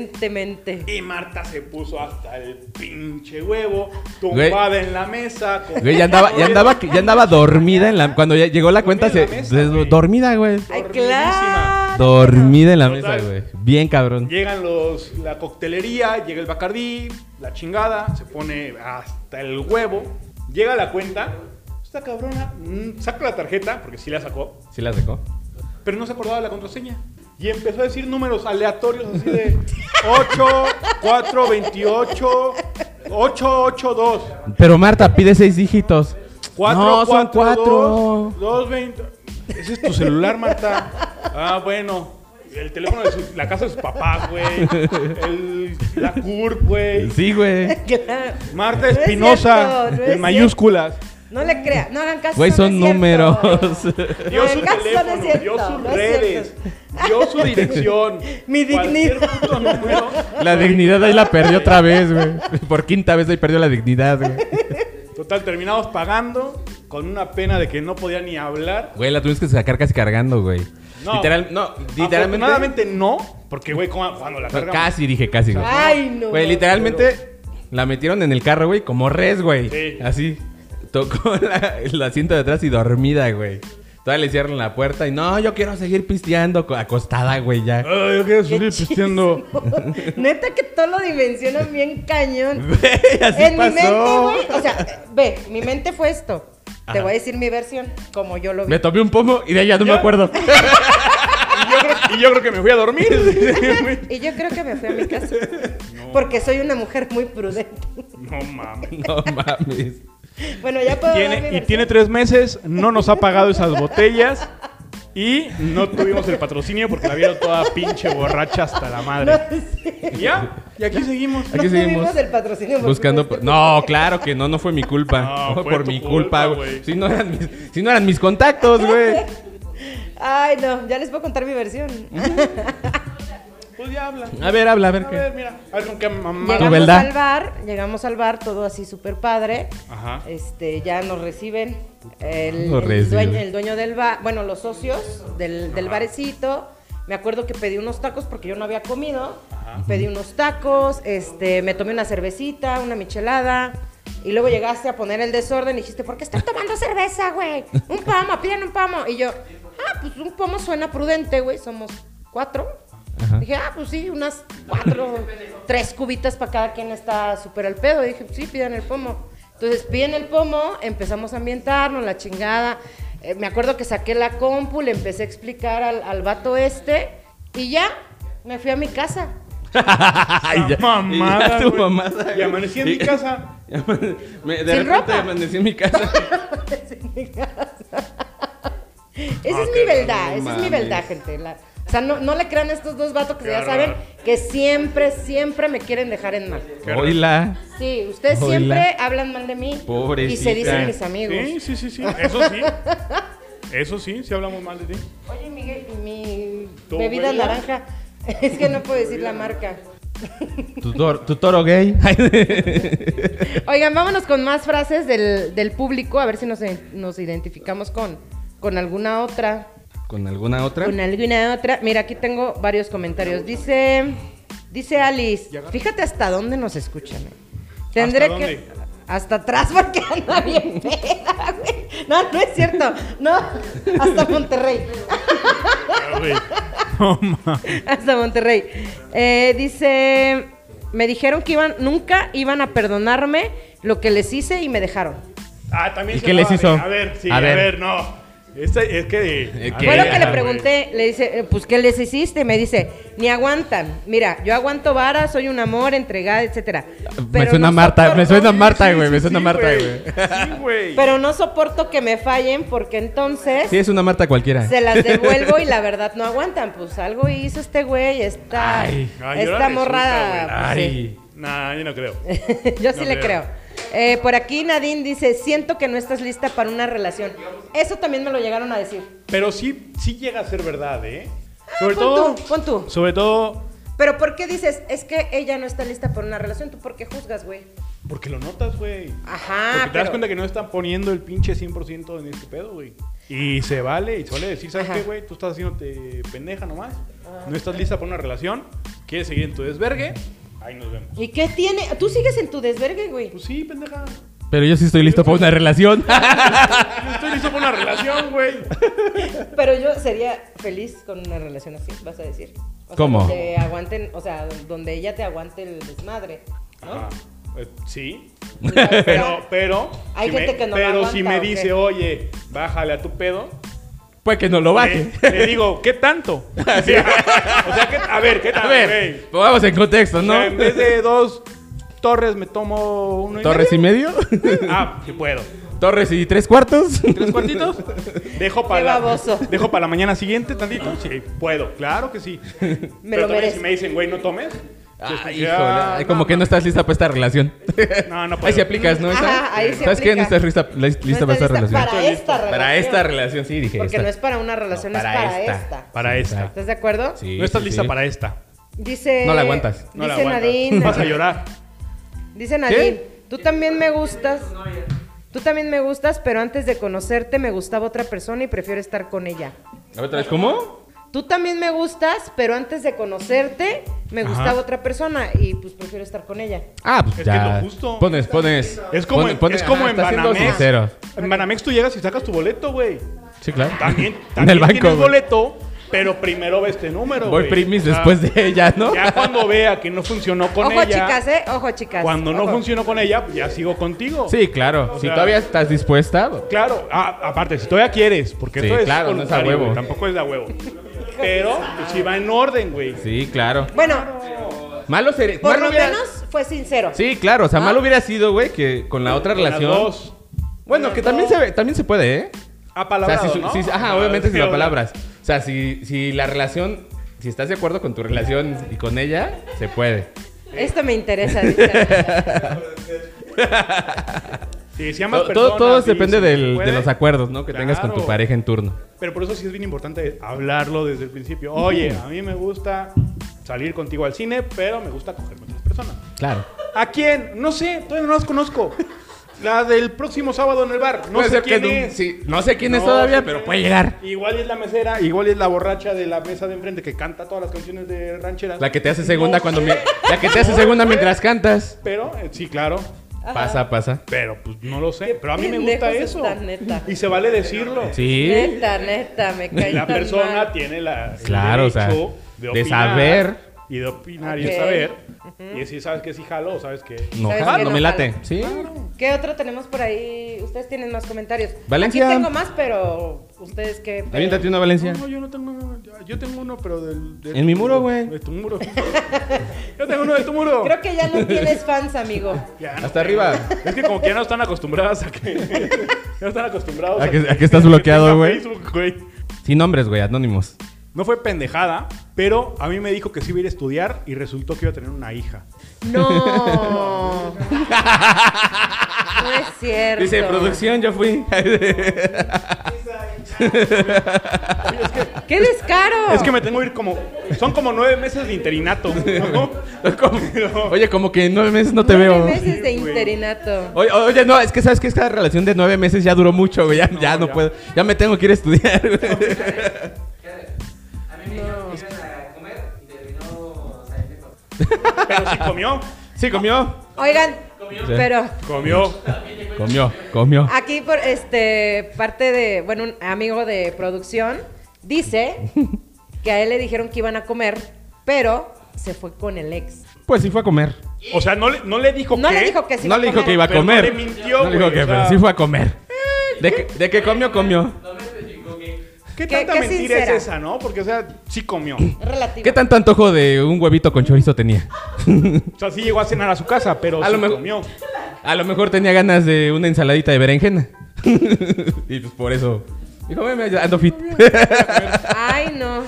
Speaker 2: Prudentemente.
Speaker 4: Y Marta se puso hasta el pinche huevo,
Speaker 3: Güey.
Speaker 4: tumbada en la mesa. con-
Speaker 3: Güey, ya andaba, ya andaba, ya andaba dormida en la, cuando ya llegó la cuenta,
Speaker 4: Dormida en
Speaker 3: se-
Speaker 4: la mesa,
Speaker 3: se-
Speaker 4: güey.
Speaker 3: dormida, güey.
Speaker 2: Ay,
Speaker 4: Dormidísima.
Speaker 2: claro.
Speaker 3: Dormida en la mesa,
Speaker 4: Total.
Speaker 3: güey. Bien cabrón.
Speaker 4: Llegan los, la coctelería, llega el Bacardí, la chingada, se pone hasta el huevo. Llega la cuenta, esta cabrona mm, saca la tarjeta, porque sí la sacó,
Speaker 3: Sí la sacó.
Speaker 4: pero no se acordaba de la contraseña. Y empezó a decir números aleatorios así de 8, 4, 28, 8, 8, 2,
Speaker 3: Pero Marta pide seis dígitos.
Speaker 4: 4,
Speaker 3: no, son
Speaker 4: 4,
Speaker 3: cuatro.
Speaker 4: 2, 2, 20. Ese es tu celular, Marta. Ah, bueno. El teléfono de su- la casa de sus papás, güey. El- La CURP, güey.
Speaker 3: Sí, güey.
Speaker 2: Claro.
Speaker 4: Marta
Speaker 2: No es
Speaker 4: Espinosa,
Speaker 2: cierto, no es
Speaker 4: en mayúsculas.
Speaker 2: No le crea, no hagan caso.
Speaker 3: Güey,
Speaker 2: no
Speaker 3: son
Speaker 2: es cierto.
Speaker 3: números.
Speaker 4: Dio
Speaker 2: No,
Speaker 4: su
Speaker 2: el caso no es
Speaker 4: teléfono,
Speaker 2: cierto,
Speaker 4: dio sus
Speaker 2: no es
Speaker 4: redes, dio su dirección.
Speaker 2: Mi dignidad.
Speaker 4: Cualquier puto número.
Speaker 3: La dignidad ahí la perdió otra vez, güey. Por quinta vez ahí perdió la dignidad, güey.
Speaker 4: Total, terminamos pagando con una pena de que no podía ni hablar.
Speaker 3: Güey, la tuvimos que sacar casi cargando, güey.
Speaker 4: No.
Speaker 3: Literal, no, literalmente.
Speaker 4: Afortunadamente no, porque, güey, ¿cómo- cuando la cargamos.
Speaker 3: Casi dije casi, güey.
Speaker 2: Ay, no.
Speaker 3: Güey, literalmente la metieron en el carro, güey, como res, güey.
Speaker 4: Sí.
Speaker 3: Así. Tocó la- el asiento de atrás y dormida, güey. Todavía le cierran la puerta y no, yo quiero seguir pisteando co- acostada, güey, ya.
Speaker 4: Ay, yo quiero
Speaker 2: Qué
Speaker 4: seguir pisteando.
Speaker 2: chismo. Neta que todo lo dimensionan bien cañón.
Speaker 3: Güey, así
Speaker 2: en
Speaker 3: pasó.
Speaker 2: mi mente, güey. O sea, ve, mi mente fue esto. Te voy a decir mi versión, como yo lo vi.
Speaker 3: Me tomé un pomo y de ahí ya no me
Speaker 4: Ya.
Speaker 3: acuerdo.
Speaker 4: Y yo, creo, y yo creo que me voy a dormir.
Speaker 2: Y yo creo que me fui a mi casa. Porque soy una mujer muy prudente.
Speaker 4: no mames.
Speaker 3: no mames.
Speaker 2: Bueno, ya puedo dar mi
Speaker 4: Tiene, y
Speaker 2: versión.
Speaker 4: tiene tres meses, no nos ha pagado esas botellas y no tuvimos el patrocinio porque la vieron toda pinche borracha hasta la madre.
Speaker 2: No, sí.
Speaker 4: Y ya, y aquí seguimos.
Speaker 3: Aquí
Speaker 2: No
Speaker 3: seguimos.
Speaker 2: tuvimos el patrocinio. porque
Speaker 3: Buscando.
Speaker 2: fue este-
Speaker 3: No, claro que no, no fue mi culpa.
Speaker 4: No,
Speaker 3: No, fue
Speaker 4: fue
Speaker 3: por
Speaker 4: tu
Speaker 3: mi
Speaker 4: culpa,
Speaker 3: culpa, güey.
Speaker 4: güey.
Speaker 3: Si, no eran mis- si no eran mis contactos, güey. Mm,
Speaker 2: Ay, no, ya les puedo contar mi versión.
Speaker 4: Pues ya habla.
Speaker 3: A ver, habla, a ver
Speaker 4: A
Speaker 3: qué.
Speaker 4: ver, mira. A ver con qué mamá.
Speaker 3: Tu
Speaker 2: Llegamos
Speaker 3: beldad.
Speaker 2: al bar, llegamos al bar, todo así súper padre.
Speaker 4: Ajá.
Speaker 2: Este, ya nos reciben el,
Speaker 3: Nos
Speaker 2: el
Speaker 3: reciben.
Speaker 2: dueño, el dueño del bar, bueno, los socios del, del barecito. Me acuerdo que pedí unos tacos porque yo no había comido. Pedí unos tacos, este, me tomé una cervecita, una michelada. Y luego llegaste a poner el desorden y dijiste, ¿por qué están tomando cerveza, güey? Un pomo, piden un pomo. Y yo, ah, pues un pomo suena prudente, güey, somos cuatro.
Speaker 3: Ajá.
Speaker 2: Dije, ah, pues sí, unas cuatro, tres cubitas para cada quien está súper al pedo. Dije, sí, pidan el pomo. Entonces piden el pomo, empezamos a ambientarnos, la chingada. Eh, me acuerdo que saqué la compu, le empecé a explicar al, al vato este y ya me fui a mi casa.
Speaker 3: Ay, ya,
Speaker 4: mamada,
Speaker 3: y ya tu
Speaker 4: güey.
Speaker 3: mamada,
Speaker 4: Y
Speaker 3: güey.
Speaker 4: amanecí en mi casa.
Speaker 3: y amane- me- de
Speaker 2: Sin
Speaker 3: repente
Speaker 2: ropa.
Speaker 3: amanecí en mi casa.
Speaker 2: Esa
Speaker 4: Ah,
Speaker 2: es
Speaker 4: qué
Speaker 2: mi verdad,
Speaker 3: raro,
Speaker 2: esa es mi
Speaker 3: mames.
Speaker 2: verdad, gente. La- o sea, no, no le crean a estos dos vatos que
Speaker 4: Qué
Speaker 2: ya
Speaker 4: bárbaro.
Speaker 2: saben que siempre, siempre me quieren dejar en mal.
Speaker 3: Hola.
Speaker 2: Sí, ustedes
Speaker 3: Hola.
Speaker 2: siempre hablan mal de mí. Y
Speaker 3: Pobrecita.
Speaker 2: se dicen mis amigos.
Speaker 4: Sí, sí, sí, sí. Eso sí. Eso sí, si hablamos mal de ti.
Speaker 2: Oye, Miguel, y mi
Speaker 4: ¿Tu
Speaker 2: bebida
Speaker 4: bebida?
Speaker 2: naranja. Es que no puedo decir la marca.
Speaker 3: Tu, tor- tu toro gay.
Speaker 2: Oigan, vámonos con más frases del, del público, a ver si nos, nos identificamos con, con alguna otra.
Speaker 3: ¿Con alguna otra?
Speaker 2: Con alguna otra. Mira, aquí tengo varios comentarios. Dice, dice Alice, fíjate hasta dónde nos escuchan. eh. Tendré
Speaker 4: ¿Hasta
Speaker 2: que.
Speaker 4: dónde?
Speaker 2: Hasta atrás porque anda bien peda, güey. No, no es cierto. No, hasta Monterrey.
Speaker 4: Ah, güey.
Speaker 2: Hasta Monterrey. Eh, dice, me dijeron que iban, nunca iban a perdonarme lo que les hice y me dejaron.
Speaker 4: Ah, también
Speaker 3: ¿Y
Speaker 4: se
Speaker 3: qué les
Speaker 4: llamaba-
Speaker 3: hizo?
Speaker 4: A ver, sí,
Speaker 3: A
Speaker 4: a
Speaker 3: ver.
Speaker 4: ver, no. Esta- es que.
Speaker 3: Eh,
Speaker 4: a
Speaker 3: ¿qué?
Speaker 2: Fue lo
Speaker 4: ver,
Speaker 2: que le
Speaker 4: güey.
Speaker 2: pregunté, le dice, eh, pues, ¿qué les hiciste? Me dice, ni aguantan. Mira, yo aguanto vara, soy un amor, entregada, etcétera.
Speaker 3: me
Speaker 2: Pero
Speaker 3: suena
Speaker 2: no
Speaker 3: Marta,
Speaker 2: soporto-
Speaker 3: me suena Marta,
Speaker 4: Sí,
Speaker 3: güey,
Speaker 4: sí,
Speaker 3: me suena
Speaker 4: sí,
Speaker 3: Marta, güey.
Speaker 4: Sí, güey.
Speaker 2: Pero no soporto que me fallen porque entonces
Speaker 3: Sí, es una Marta cualquiera.
Speaker 2: se las devuelvo y la verdad no aguantan. Pues algo hizo este güey, esta,
Speaker 3: Ay,
Speaker 4: ay,
Speaker 2: esta
Speaker 4: ahora
Speaker 2: morrada.
Speaker 4: resulta,
Speaker 2: pues, sí.
Speaker 3: Ay.
Speaker 4: Nah, yo no creo.
Speaker 2: Yo sí
Speaker 4: No
Speaker 2: le
Speaker 4: creo.
Speaker 2: creo. Eh, por aquí Nadine dice, siento que no estás lista para una relación. Eso también me lo llegaron a decir.
Speaker 4: Pero sí, sí llega a ser verdad, ¿eh? Sobre
Speaker 2: pon
Speaker 4: todo.
Speaker 2: tú, pon tú.
Speaker 4: Sobre todo.
Speaker 2: Pero ¿por qué dices, es que ella no está lista para una relación? ¿Tú por qué juzgas, güey?
Speaker 4: Porque lo notas, güey.
Speaker 2: Ajá.
Speaker 4: Porque te das
Speaker 2: Ah, pero-
Speaker 4: cuenta que no están poniendo el pinche 100% en este pedo, güey. Y se vale, y se vale decir, ¿sabes
Speaker 2: Ajá.
Speaker 4: qué, güey? Tú estás haciéndote pendeja nomás. No estás lista para una relación. Quieres seguir en tu desvergue. Ahí nos vemos.
Speaker 2: ¿Y qué tiene? Tú sigues en tu desvergue, güey.
Speaker 4: Pues sí, pendeja.
Speaker 3: Pero yo sí estoy listo para una relación.
Speaker 4: No estoy listo para una relación, güey.
Speaker 2: Pero yo sería feliz con una relación así, vas a decir. O sea,
Speaker 3: ¿Cómo?
Speaker 2: donde aguanten, o sea, donde ella te aguante el desmadre, ¿no?
Speaker 4: Ajá. Eh, sí.
Speaker 2: Pero,
Speaker 4: Pero, pero.
Speaker 2: Hay
Speaker 4: si me-
Speaker 2: gente que no lo
Speaker 4: Pero
Speaker 2: aguanta,
Speaker 4: si me
Speaker 2: ¿o qué?
Speaker 4: dice, oye, bájale a tu pedo.
Speaker 3: Pues que no lo baje.
Speaker 4: Le, le digo, ¿qué tanto? O sea, o sea, que, a ver, ¿qué
Speaker 3: A
Speaker 4: tanto?
Speaker 3: ver, pongamos en contexto,
Speaker 4: güey?
Speaker 3: ¿no?
Speaker 4: En vez de dos torres me tomo uno
Speaker 3: ¿Torres y
Speaker 4: medio.
Speaker 3: medio?
Speaker 4: Ah, si puedo.
Speaker 3: ¿Torres y tres cuartos?
Speaker 4: ¿Tres cuartitos? Dejo para
Speaker 2: Qué
Speaker 4: la,
Speaker 2: baboso.
Speaker 4: dejo para la mañana siguiente tantito. Sí, puedo, claro que sí.
Speaker 2: Me
Speaker 4: Pero
Speaker 2: lo
Speaker 4: también
Speaker 2: merezco.
Speaker 4: si me dicen, güey, no tomes.
Speaker 3: Ah,
Speaker 4: pues, como que,
Speaker 3: híjole,
Speaker 4: ah,
Speaker 3: ay, como que no estás lista para esta relación.
Speaker 4: No, no
Speaker 3: Ahí
Speaker 4: puedo.
Speaker 3: sí aplicas, ¿no?
Speaker 2: Ajá,
Speaker 3: Esa?
Speaker 2: ahí sí
Speaker 3: ¿Sabes qué? No
Speaker 2: aplica.
Speaker 3: estás lista, la- lista
Speaker 2: No está
Speaker 3: para esta relación.
Speaker 2: Para
Speaker 4: Estoy
Speaker 2: esta relación.
Speaker 3: Para esta relación, sí, dije.
Speaker 2: Porque
Speaker 3: esta.
Speaker 2: no es para una relación,
Speaker 3: No,
Speaker 2: es para esta.
Speaker 4: Para
Speaker 3: Sí,
Speaker 4: esta.
Speaker 3: exacto.
Speaker 2: ¿Estás de acuerdo?
Speaker 3: Sí,
Speaker 4: no estás
Speaker 3: sí,
Speaker 4: lista
Speaker 3: sí.
Speaker 4: para esta.
Speaker 2: Dice.
Speaker 3: No la aguantas.
Speaker 4: No la
Speaker 2: dice
Speaker 4: aguantas.
Speaker 2: Nadine.
Speaker 4: Vas a llorar.
Speaker 2: Dice Nadine, tú también me gustas. Tú también me gustas, pero antes de conocerte me gustaba otra persona y prefiero estar con ella.
Speaker 3: A ver, otra vez, ¿cómo?
Speaker 2: Tú también me gustas, pero antes de conocerte me gustaba otra persona y pues prefiero estar con ella.
Speaker 3: Ah, pues
Speaker 4: Es que
Speaker 3: ya.
Speaker 4: es lo justo.
Speaker 3: Pones, pones.
Speaker 4: Es como,
Speaker 3: pon-
Speaker 4: en,
Speaker 3: pones-
Speaker 4: es como
Speaker 3: ah,
Speaker 4: en
Speaker 3: estás siendo
Speaker 4: Banamex.
Speaker 3: sincero.
Speaker 4: En Banamex tú llegas y sacas tu boleto, güey.
Speaker 3: Sí, claro.
Speaker 4: También,
Speaker 3: en
Speaker 4: también
Speaker 3: el banco.
Speaker 4: tienes
Speaker 3: güey.
Speaker 4: boleto, pero primero ve este número,
Speaker 3: Voy
Speaker 4: güey.
Speaker 3: primis
Speaker 4: O sea,
Speaker 3: después de ella, ¿no?
Speaker 4: Ya cuando vea que no funcionó con
Speaker 2: Ojo,
Speaker 4: ella.
Speaker 2: chicas, ¿eh? Ojo, chicas.
Speaker 4: Cuando no
Speaker 2: Ojo.
Speaker 4: funcionó con ella, ya sigo contigo.
Speaker 3: Sí, claro. Si
Speaker 4: sea-
Speaker 3: todavía estás dispuesta. güey.
Speaker 4: Claro, ah, aparte, si todavía quieres, porque
Speaker 3: Sí,
Speaker 4: esto es
Speaker 3: claro, no es a
Speaker 4: voluntario,
Speaker 3: huevo.
Speaker 4: güey, Tampoco es de a huevo. Pero pues, si va en orden, güey.
Speaker 3: Sí, claro.
Speaker 2: Bueno,
Speaker 3: Malo sería.
Speaker 2: por
Speaker 3: malo
Speaker 2: lo
Speaker 3: hubiera-
Speaker 2: menos Ah. fue sincero.
Speaker 3: Sí, claro. O sea, malo hubiera sido, güey, que con la otra
Speaker 4: Con las
Speaker 3: relación.
Speaker 4: dos.
Speaker 3: Bueno, que también se, ve- también se puede, ¿eh?
Speaker 4: A
Speaker 3: O sea, si, su-
Speaker 4: ¿no?
Speaker 3: si- ajá,
Speaker 4: Ah,
Speaker 3: obviamente si
Speaker 4: sí,
Speaker 3: lo
Speaker 4: o-
Speaker 3: palabras. O sea, si, si la relación, si estás de acuerdo con tu relación y con ella, se puede.
Speaker 2: Esto me interesa. dice.
Speaker 4: Sí, si
Speaker 3: To-
Speaker 4: ambas
Speaker 3: Todo,
Speaker 4: personas
Speaker 3: todo
Speaker 4: dicen
Speaker 3: depende
Speaker 4: que
Speaker 3: del- de
Speaker 4: puede,
Speaker 3: los acuerdos, ¿no? Que tengas con tu
Speaker 4: claro.
Speaker 3: pareja en turno.
Speaker 4: Pero por eso sí es bien importante hablarlo desde el principio. Oye, a mí me gusta salir contigo al cine, pero me gusta cogerme otras personas.
Speaker 3: Claro.
Speaker 4: ¿A quién? No sé, todavía no las conozco. La del próximo sábado en el bar. No
Speaker 3: Puede
Speaker 4: sé
Speaker 3: ser
Speaker 4: quién
Speaker 3: que en un-
Speaker 4: es.
Speaker 3: sí, no sé quién es
Speaker 4: No
Speaker 3: todavía,
Speaker 4: sé
Speaker 3: pero
Speaker 4: quién
Speaker 3: puede
Speaker 4: es.
Speaker 3: llegar.
Speaker 4: Igual y es la mesera, igual y es la borracha de la mesa de enfrente que canta todas las canciones de rancheras.
Speaker 3: La que te hace segunda
Speaker 4: No
Speaker 3: cuando
Speaker 4: sé,
Speaker 3: mi- la que te hace segunda mientras cantas.
Speaker 4: Pero, eh, sí, claro.
Speaker 3: Pasa, pasa.
Speaker 4: Pero, pues, no lo sé. Pero a mí me
Speaker 2: pendejos
Speaker 4: gusta eso.
Speaker 2: están, neta.
Speaker 4: Y se vale decirlo.
Speaker 3: Sí.
Speaker 2: Neta, neta, me cae
Speaker 4: La
Speaker 2: tan
Speaker 4: persona
Speaker 2: mal.
Speaker 4: tiene la, el
Speaker 3: Claro, o sea,
Speaker 4: derecho
Speaker 3: de
Speaker 4: opinar
Speaker 3: saber.
Speaker 4: Y de opinar y
Speaker 2: Ok.
Speaker 4: de saber. Y decir, ¿sabes qué? Sí, jalo, ¿sabes qué?
Speaker 3: No,
Speaker 2: ¿Sabes
Speaker 3: jala,
Speaker 2: qué?
Speaker 3: no
Speaker 2: No
Speaker 3: me late.
Speaker 2: jala.
Speaker 3: Sí.
Speaker 2: ¿Qué otro tenemos por ahí? Ustedes tienen más comentarios.
Speaker 3: Valencia.
Speaker 2: Aquí tengo más, pero ustedes qué. pedo?
Speaker 3: Aviéntate una Valencia.
Speaker 4: No, no, yo no tengo uno. Yo tengo uno, pero del. del-
Speaker 3: En mi muro, güey.
Speaker 4: De tu muro. yo tengo uno de tu muro.
Speaker 2: Creo que ya no tienes fans, amigo.
Speaker 4: Ya, no.
Speaker 3: Hasta arriba.
Speaker 4: Es que como que ya no están acostumbradas a que. ya no están acostumbrados
Speaker 3: A que- a que estás bloqueado,
Speaker 4: tenga
Speaker 3: güey.
Speaker 4: Facebook, güey.
Speaker 3: Sin nombres, güey, anónimos.
Speaker 4: No fue pendejada, pero a mí me dijo que sí iba a ir a estudiar y resultó que iba a tener una hija.
Speaker 2: No. No es cierto.
Speaker 3: Dice, producción, yo fui.
Speaker 4: Oye, es, que,
Speaker 2: ¡Qué descaro!
Speaker 4: es que me tengo que ir como. Son como nueve meses de interinato. ¿no? Pero-
Speaker 3: Oye, como que en nueve meses no te
Speaker 2: Nueve
Speaker 3: veo.
Speaker 2: meses de
Speaker 4: Sí, güey.
Speaker 2: interinato.
Speaker 3: Oye, oye, no, es que sabes que esta relación de nueve meses ya duró mucho, güey. Ya no, ya no
Speaker 4: ya.
Speaker 3: puedo. Ya me tengo que ir a estudiar, güey.
Speaker 5: A mí me dijeron que iban a comer y terminó saliendo.
Speaker 4: pero sí comió.
Speaker 3: Sí, comió.
Speaker 2: Oigan, pero
Speaker 4: Comió.
Speaker 3: Comió, comió.
Speaker 2: aquí por este parte de, bueno, un amigo de producción dice que a él le dijeron que iban a comer, pero se fue con el ex.
Speaker 3: Pues sí fue a comer.
Speaker 4: O sea, no le, no le dijo
Speaker 2: No
Speaker 4: qué.
Speaker 2: le dijo que sí.
Speaker 3: no le dijo que iba a
Speaker 4: Pero no
Speaker 3: comer.
Speaker 4: le mintió,
Speaker 3: No le dijo
Speaker 4: güey,
Speaker 3: que,
Speaker 4: o
Speaker 3: pero
Speaker 4: sea.
Speaker 3: sí fue a comer. De que, de que comió, comió.
Speaker 4: ¿Qué
Speaker 2: Qué-
Speaker 4: tanta
Speaker 2: qué
Speaker 4: mentira
Speaker 2: sincera.
Speaker 4: es esa, no? Porque, o sea, sí comió.
Speaker 2: Relativo.
Speaker 3: ¿Qué tanto antojo de un huevito con chorizo tenía?
Speaker 4: O sea, sí llegó a cenar a su casa, pero
Speaker 3: A
Speaker 4: sí
Speaker 3: lo mejor-
Speaker 4: comió.
Speaker 3: A lo mejor tenía ganas de una ensaladita de berenjena. y pues por eso. Dijo, "Ve, me ando fit.
Speaker 2: Ay, no.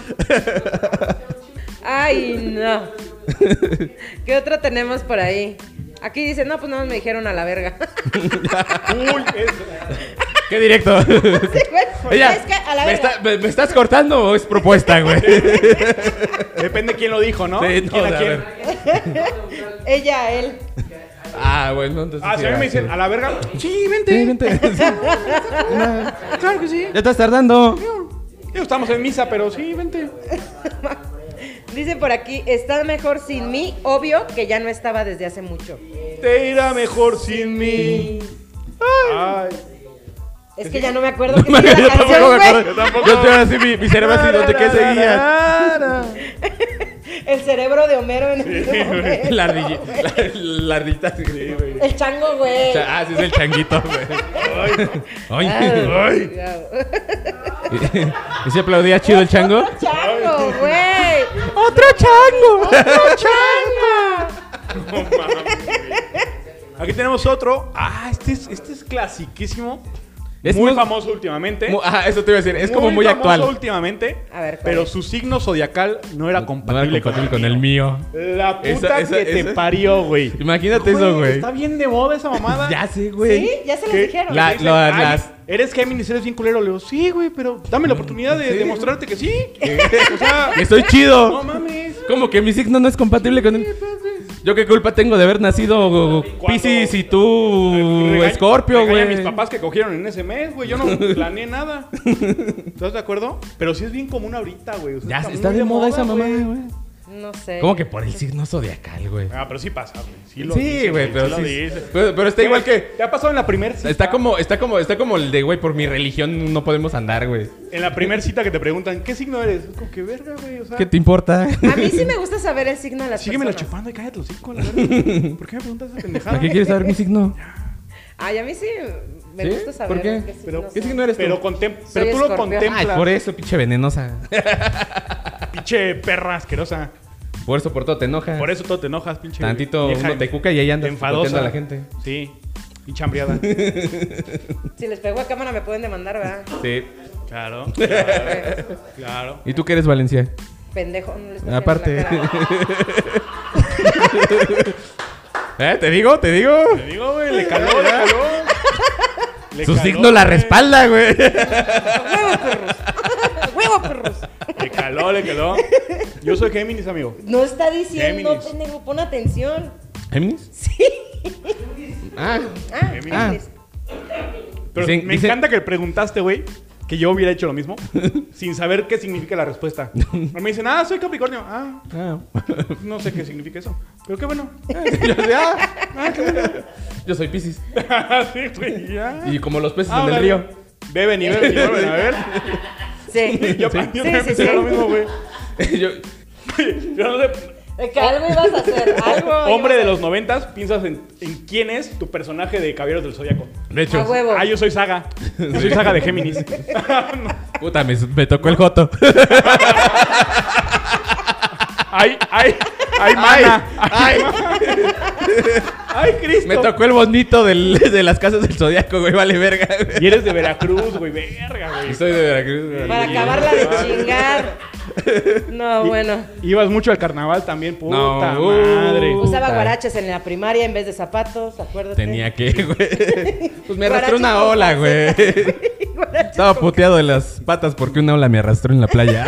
Speaker 2: Ay, no. ¿Qué otra tenemos por ahí? Aquí dice, no, pues nada más me dijeron a la verga.
Speaker 4: Uy, es-
Speaker 3: ¡Qué directo!
Speaker 2: Sí, güey.
Speaker 3: Ella,
Speaker 2: Es que a la
Speaker 3: me,
Speaker 2: verga.
Speaker 3: está- me- me estás cortando o es propuesta, güey?
Speaker 4: depende quién lo dijo, ¿no?
Speaker 3: Sí, no,
Speaker 4: ¿Quién a
Speaker 3: de- a
Speaker 4: quién?
Speaker 3: ver.
Speaker 2: Ella, él.
Speaker 3: Ah, bueno, entonces.
Speaker 4: Ah, si a mí me dicen, a la verga. Sí, vente.
Speaker 3: Sí, vente.
Speaker 4: Claro que sí.
Speaker 3: ya estás tardando.
Speaker 4: Digo, Estamos en misa, pero sí, vente.
Speaker 2: Dice por aquí, está mejor sin mí, obvio que ya no estaba desde hace mucho.
Speaker 4: Te irá mejor sin mí. Ay.
Speaker 2: Es que ya no me acuerdo qué
Speaker 3: yo
Speaker 2: sigue la
Speaker 3: tampoco
Speaker 2: canción,
Speaker 3: me
Speaker 2: güey.
Speaker 3: acuerdo. Yo
Speaker 4: tampoco.
Speaker 3: estoy así, mi, mi cerebro así, ¿dónde qué seguía?
Speaker 2: El cerebro de Homero en el momento.
Speaker 3: La ardilla. La, la ardillita así.
Speaker 2: El chango, güey.
Speaker 3: O sea, ah, sí, es el changuito, güey. Ay.
Speaker 4: Ah.
Speaker 2: Ay.
Speaker 3: ¿Y se aplaudía chido el chango?
Speaker 2: Chango, güey.
Speaker 3: ¡Otro chango!
Speaker 4: No mames. Aquí tenemos otro. Ah, este es, este es clasiquísimo.
Speaker 3: Es
Speaker 4: muy
Speaker 3: muy-
Speaker 4: famoso últimamente.
Speaker 3: Mu- Ajá, eso te iba a decir. Es como muy
Speaker 4: famoso
Speaker 3: actual.
Speaker 4: últimamente.
Speaker 2: A ver, ¿cuál
Speaker 4: pero
Speaker 2: es?
Speaker 4: su signo zodiacal no era
Speaker 3: No
Speaker 4: compatible,
Speaker 3: era compatible con el mío.
Speaker 4: La puta
Speaker 3: Esa- esa-
Speaker 4: que
Speaker 3: esa-
Speaker 4: te parió, güey.
Speaker 3: Imagínate eso, güey.
Speaker 4: Está bien de moda esa mamada.
Speaker 3: Ya sé, güey.
Speaker 2: ¿Sí? Ya se los
Speaker 4: ¿Qué?
Speaker 2: dijeron.
Speaker 3: La-
Speaker 4: Me dicen,
Speaker 3: lo-
Speaker 4: "Ay,
Speaker 3: las- Mm,
Speaker 4: Eres Géminis, eres bien culero. Le digo, sí, güey, pero dame la oportunidad de
Speaker 3: Sí.
Speaker 4: demostrarte que sí. O sea,
Speaker 3: Que Estoy
Speaker 4: no
Speaker 3: chido.
Speaker 4: mames.
Speaker 3: Como que mi signo no es compatible con él. Yo qué culpa tengo de haber nacido Pisces y tú
Speaker 4: Regaña-
Speaker 3: Escorpio,
Speaker 4: regaña a
Speaker 3: güey.
Speaker 4: mis papás que cogieron en ese mes, güey. Yo no planeé nada. ¿Estás de acuerdo? Pero sí es bien común ahorita, güey. O sea,
Speaker 3: Ya está,
Speaker 4: muy
Speaker 3: de moda esa mamá, güey.
Speaker 2: No sé.
Speaker 3: Como que por el signo zodiacal, güey.
Speaker 4: Ah, pero sí pasa, güey. Sí, lo
Speaker 3: Sí,
Speaker 4: dice,
Speaker 3: güey, pero
Speaker 4: lo
Speaker 3: sí.
Speaker 4: dice.
Speaker 3: Pero, pero está igual que.
Speaker 4: Te ha pasado en la primera cita.
Speaker 3: Está como, está como, está como el de, güey, por mi religión no podemos andar, güey.
Speaker 4: En la primera cita que te preguntan, ¿qué signo eres? Es como que verga, güey. O sea,
Speaker 3: ¿Qué te importa?
Speaker 2: A mí sí me gusta saber el signo de las
Speaker 4: sígueme la
Speaker 2: personas.
Speaker 4: chupando y cállate los cinco, la verga. ¿Por qué me preguntas esa pendejada?
Speaker 3: ¿Para qué quieres saber mi signo?
Speaker 2: Ay, a mí sí me
Speaker 3: ¿Sí?
Speaker 2: gusta saber.
Speaker 3: ¿Por qué?
Speaker 4: Pero-
Speaker 2: signos
Speaker 3: ¿Qué
Speaker 2: son.
Speaker 3: signo eres tú?
Speaker 4: Pero, contem-
Speaker 2: Soy
Speaker 4: pero tú lo
Speaker 2: escorpión.
Speaker 3: Ay,
Speaker 4: contemplas.
Speaker 3: por e- eso, pinche venenosa.
Speaker 4: Pinche perra asquerosa.
Speaker 3: Por eso, por todo te enojas.
Speaker 4: Por eso todo te enojas, pinche.
Speaker 3: Tantito
Speaker 4: vieja
Speaker 3: uno te cuca y ahí andas
Speaker 4: enfadosa
Speaker 3: golpeando a la gente.
Speaker 4: Sí, pinche hambriada.
Speaker 2: Si les pego a cámara me pueden demandar, ¿verdad?
Speaker 3: Sí.
Speaker 4: claro, claro, claro.
Speaker 3: ¿Y tú qué eres, Valencia?
Speaker 2: Pendejo. No les estoy haciendo
Speaker 3: Aparte.
Speaker 2: la cara.
Speaker 3: ¿Eh? ¿Te digo? ¿Te digo?
Speaker 4: Te digo, güey, le caló, le caló. Le
Speaker 3: Su
Speaker 4: caló,
Speaker 3: signo la
Speaker 4: güey.
Speaker 3: respalda, güey.
Speaker 2: ¡Huevo, perros! ¡Huevo, perros!
Speaker 4: Le caló, le quedó. Yo soy Géminis, amigo.
Speaker 2: No está diciendo,
Speaker 4: Géminis.
Speaker 2: pendejo, pon atención.
Speaker 3: ¿Géminis?
Speaker 2: Sí.
Speaker 3: Ah,
Speaker 2: Ah,
Speaker 4: Géminis.
Speaker 2: Géminis.
Speaker 4: Pero
Speaker 3: Dicen-
Speaker 4: me
Speaker 3: dicen-
Speaker 4: encanta que preguntaste, güey, que yo hubiera hecho lo mismo sin saber qué significa la respuesta. No me dicen, ah, soy Capricornio. Ah,
Speaker 3: ah.
Speaker 4: no sé qué significa eso. Pero qué bueno.
Speaker 3: Yo, soy- ah, ah, qué bueno. Yo soy Piscis.
Speaker 4: sí, güey, ya.
Speaker 3: Y como los peces en
Speaker 4: Ahora,
Speaker 3: el río.
Speaker 4: Beben y beben y beben, a ver.
Speaker 2: Sí.
Speaker 4: Yo, yo
Speaker 2: sí, sí,
Speaker 4: también
Speaker 2: sí,
Speaker 4: pensé
Speaker 2: sí.
Speaker 4: lo mismo, güey.
Speaker 3: Yo,
Speaker 4: Yo no sé.
Speaker 2: De que algo ibas a hacer, algo.
Speaker 4: Hombre de
Speaker 2: ibas
Speaker 4: los noventas, piensas en, en quién es tu personaje de Caballeros del Zodíaco.
Speaker 3: de
Speaker 2: a- A
Speaker 3: hecho,
Speaker 2: huevo.
Speaker 4: Ah, yo soy Saga. Yo soy Saga de Géminis.
Speaker 3: puta, me, me tocó el joto.
Speaker 4: Ay, ay, ay, mana. Ay, ay, Cristo.
Speaker 3: Me tocó el bonito del- de las casas del zodiaco, güey. Vale, verga. güey.
Speaker 4: Y eres de Veracruz, güey, verga,
Speaker 3: Y
Speaker 4: güey.
Speaker 3: soy de Veracruz. güey.
Speaker 2: Para acabarla de chingar. No, bueno.
Speaker 4: Ibas mucho al carnaval también, puta
Speaker 3: No,
Speaker 4: madre.
Speaker 3: uh.
Speaker 2: Usaba
Speaker 3: Puta.
Speaker 2: guaraches en la primaria en vez de zapatos, acuérdate.
Speaker 3: Tenía que, güey. Pues me
Speaker 2: Guaraches
Speaker 3: arrastró una
Speaker 2: con
Speaker 3: ola, güey.
Speaker 2: Guaraches
Speaker 3: Estaba
Speaker 2: con-
Speaker 3: puteado de las patas porque una ola me arrastró en la playa.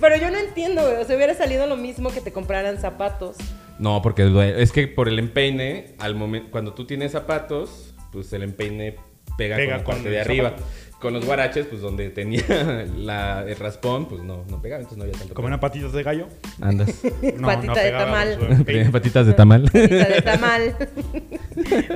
Speaker 2: Pero yo no entiendo, güey. O sea, hubiera salido lo mismo que te compraran zapatos.
Speaker 3: No, porque due- es que por el empeine, al momento, cuando tú tienes zapatos, pues el empeine pega,
Speaker 4: Pega
Speaker 3: con la
Speaker 4: con
Speaker 3: parte
Speaker 4: el
Speaker 3: de arriba.
Speaker 4: zapato.
Speaker 3: Con los guaraches, pues donde tenía la, el raspón, pues no, no pegaba, entonces no había tanto.
Speaker 4: Como
Speaker 3: problema.
Speaker 4: una patitas de gallo.
Speaker 3: Andas.
Speaker 2: Patita de
Speaker 4: pegaba
Speaker 2: tamal.
Speaker 4: con su empeine.
Speaker 3: Patitas de tamal.
Speaker 2: Pizza de tamal.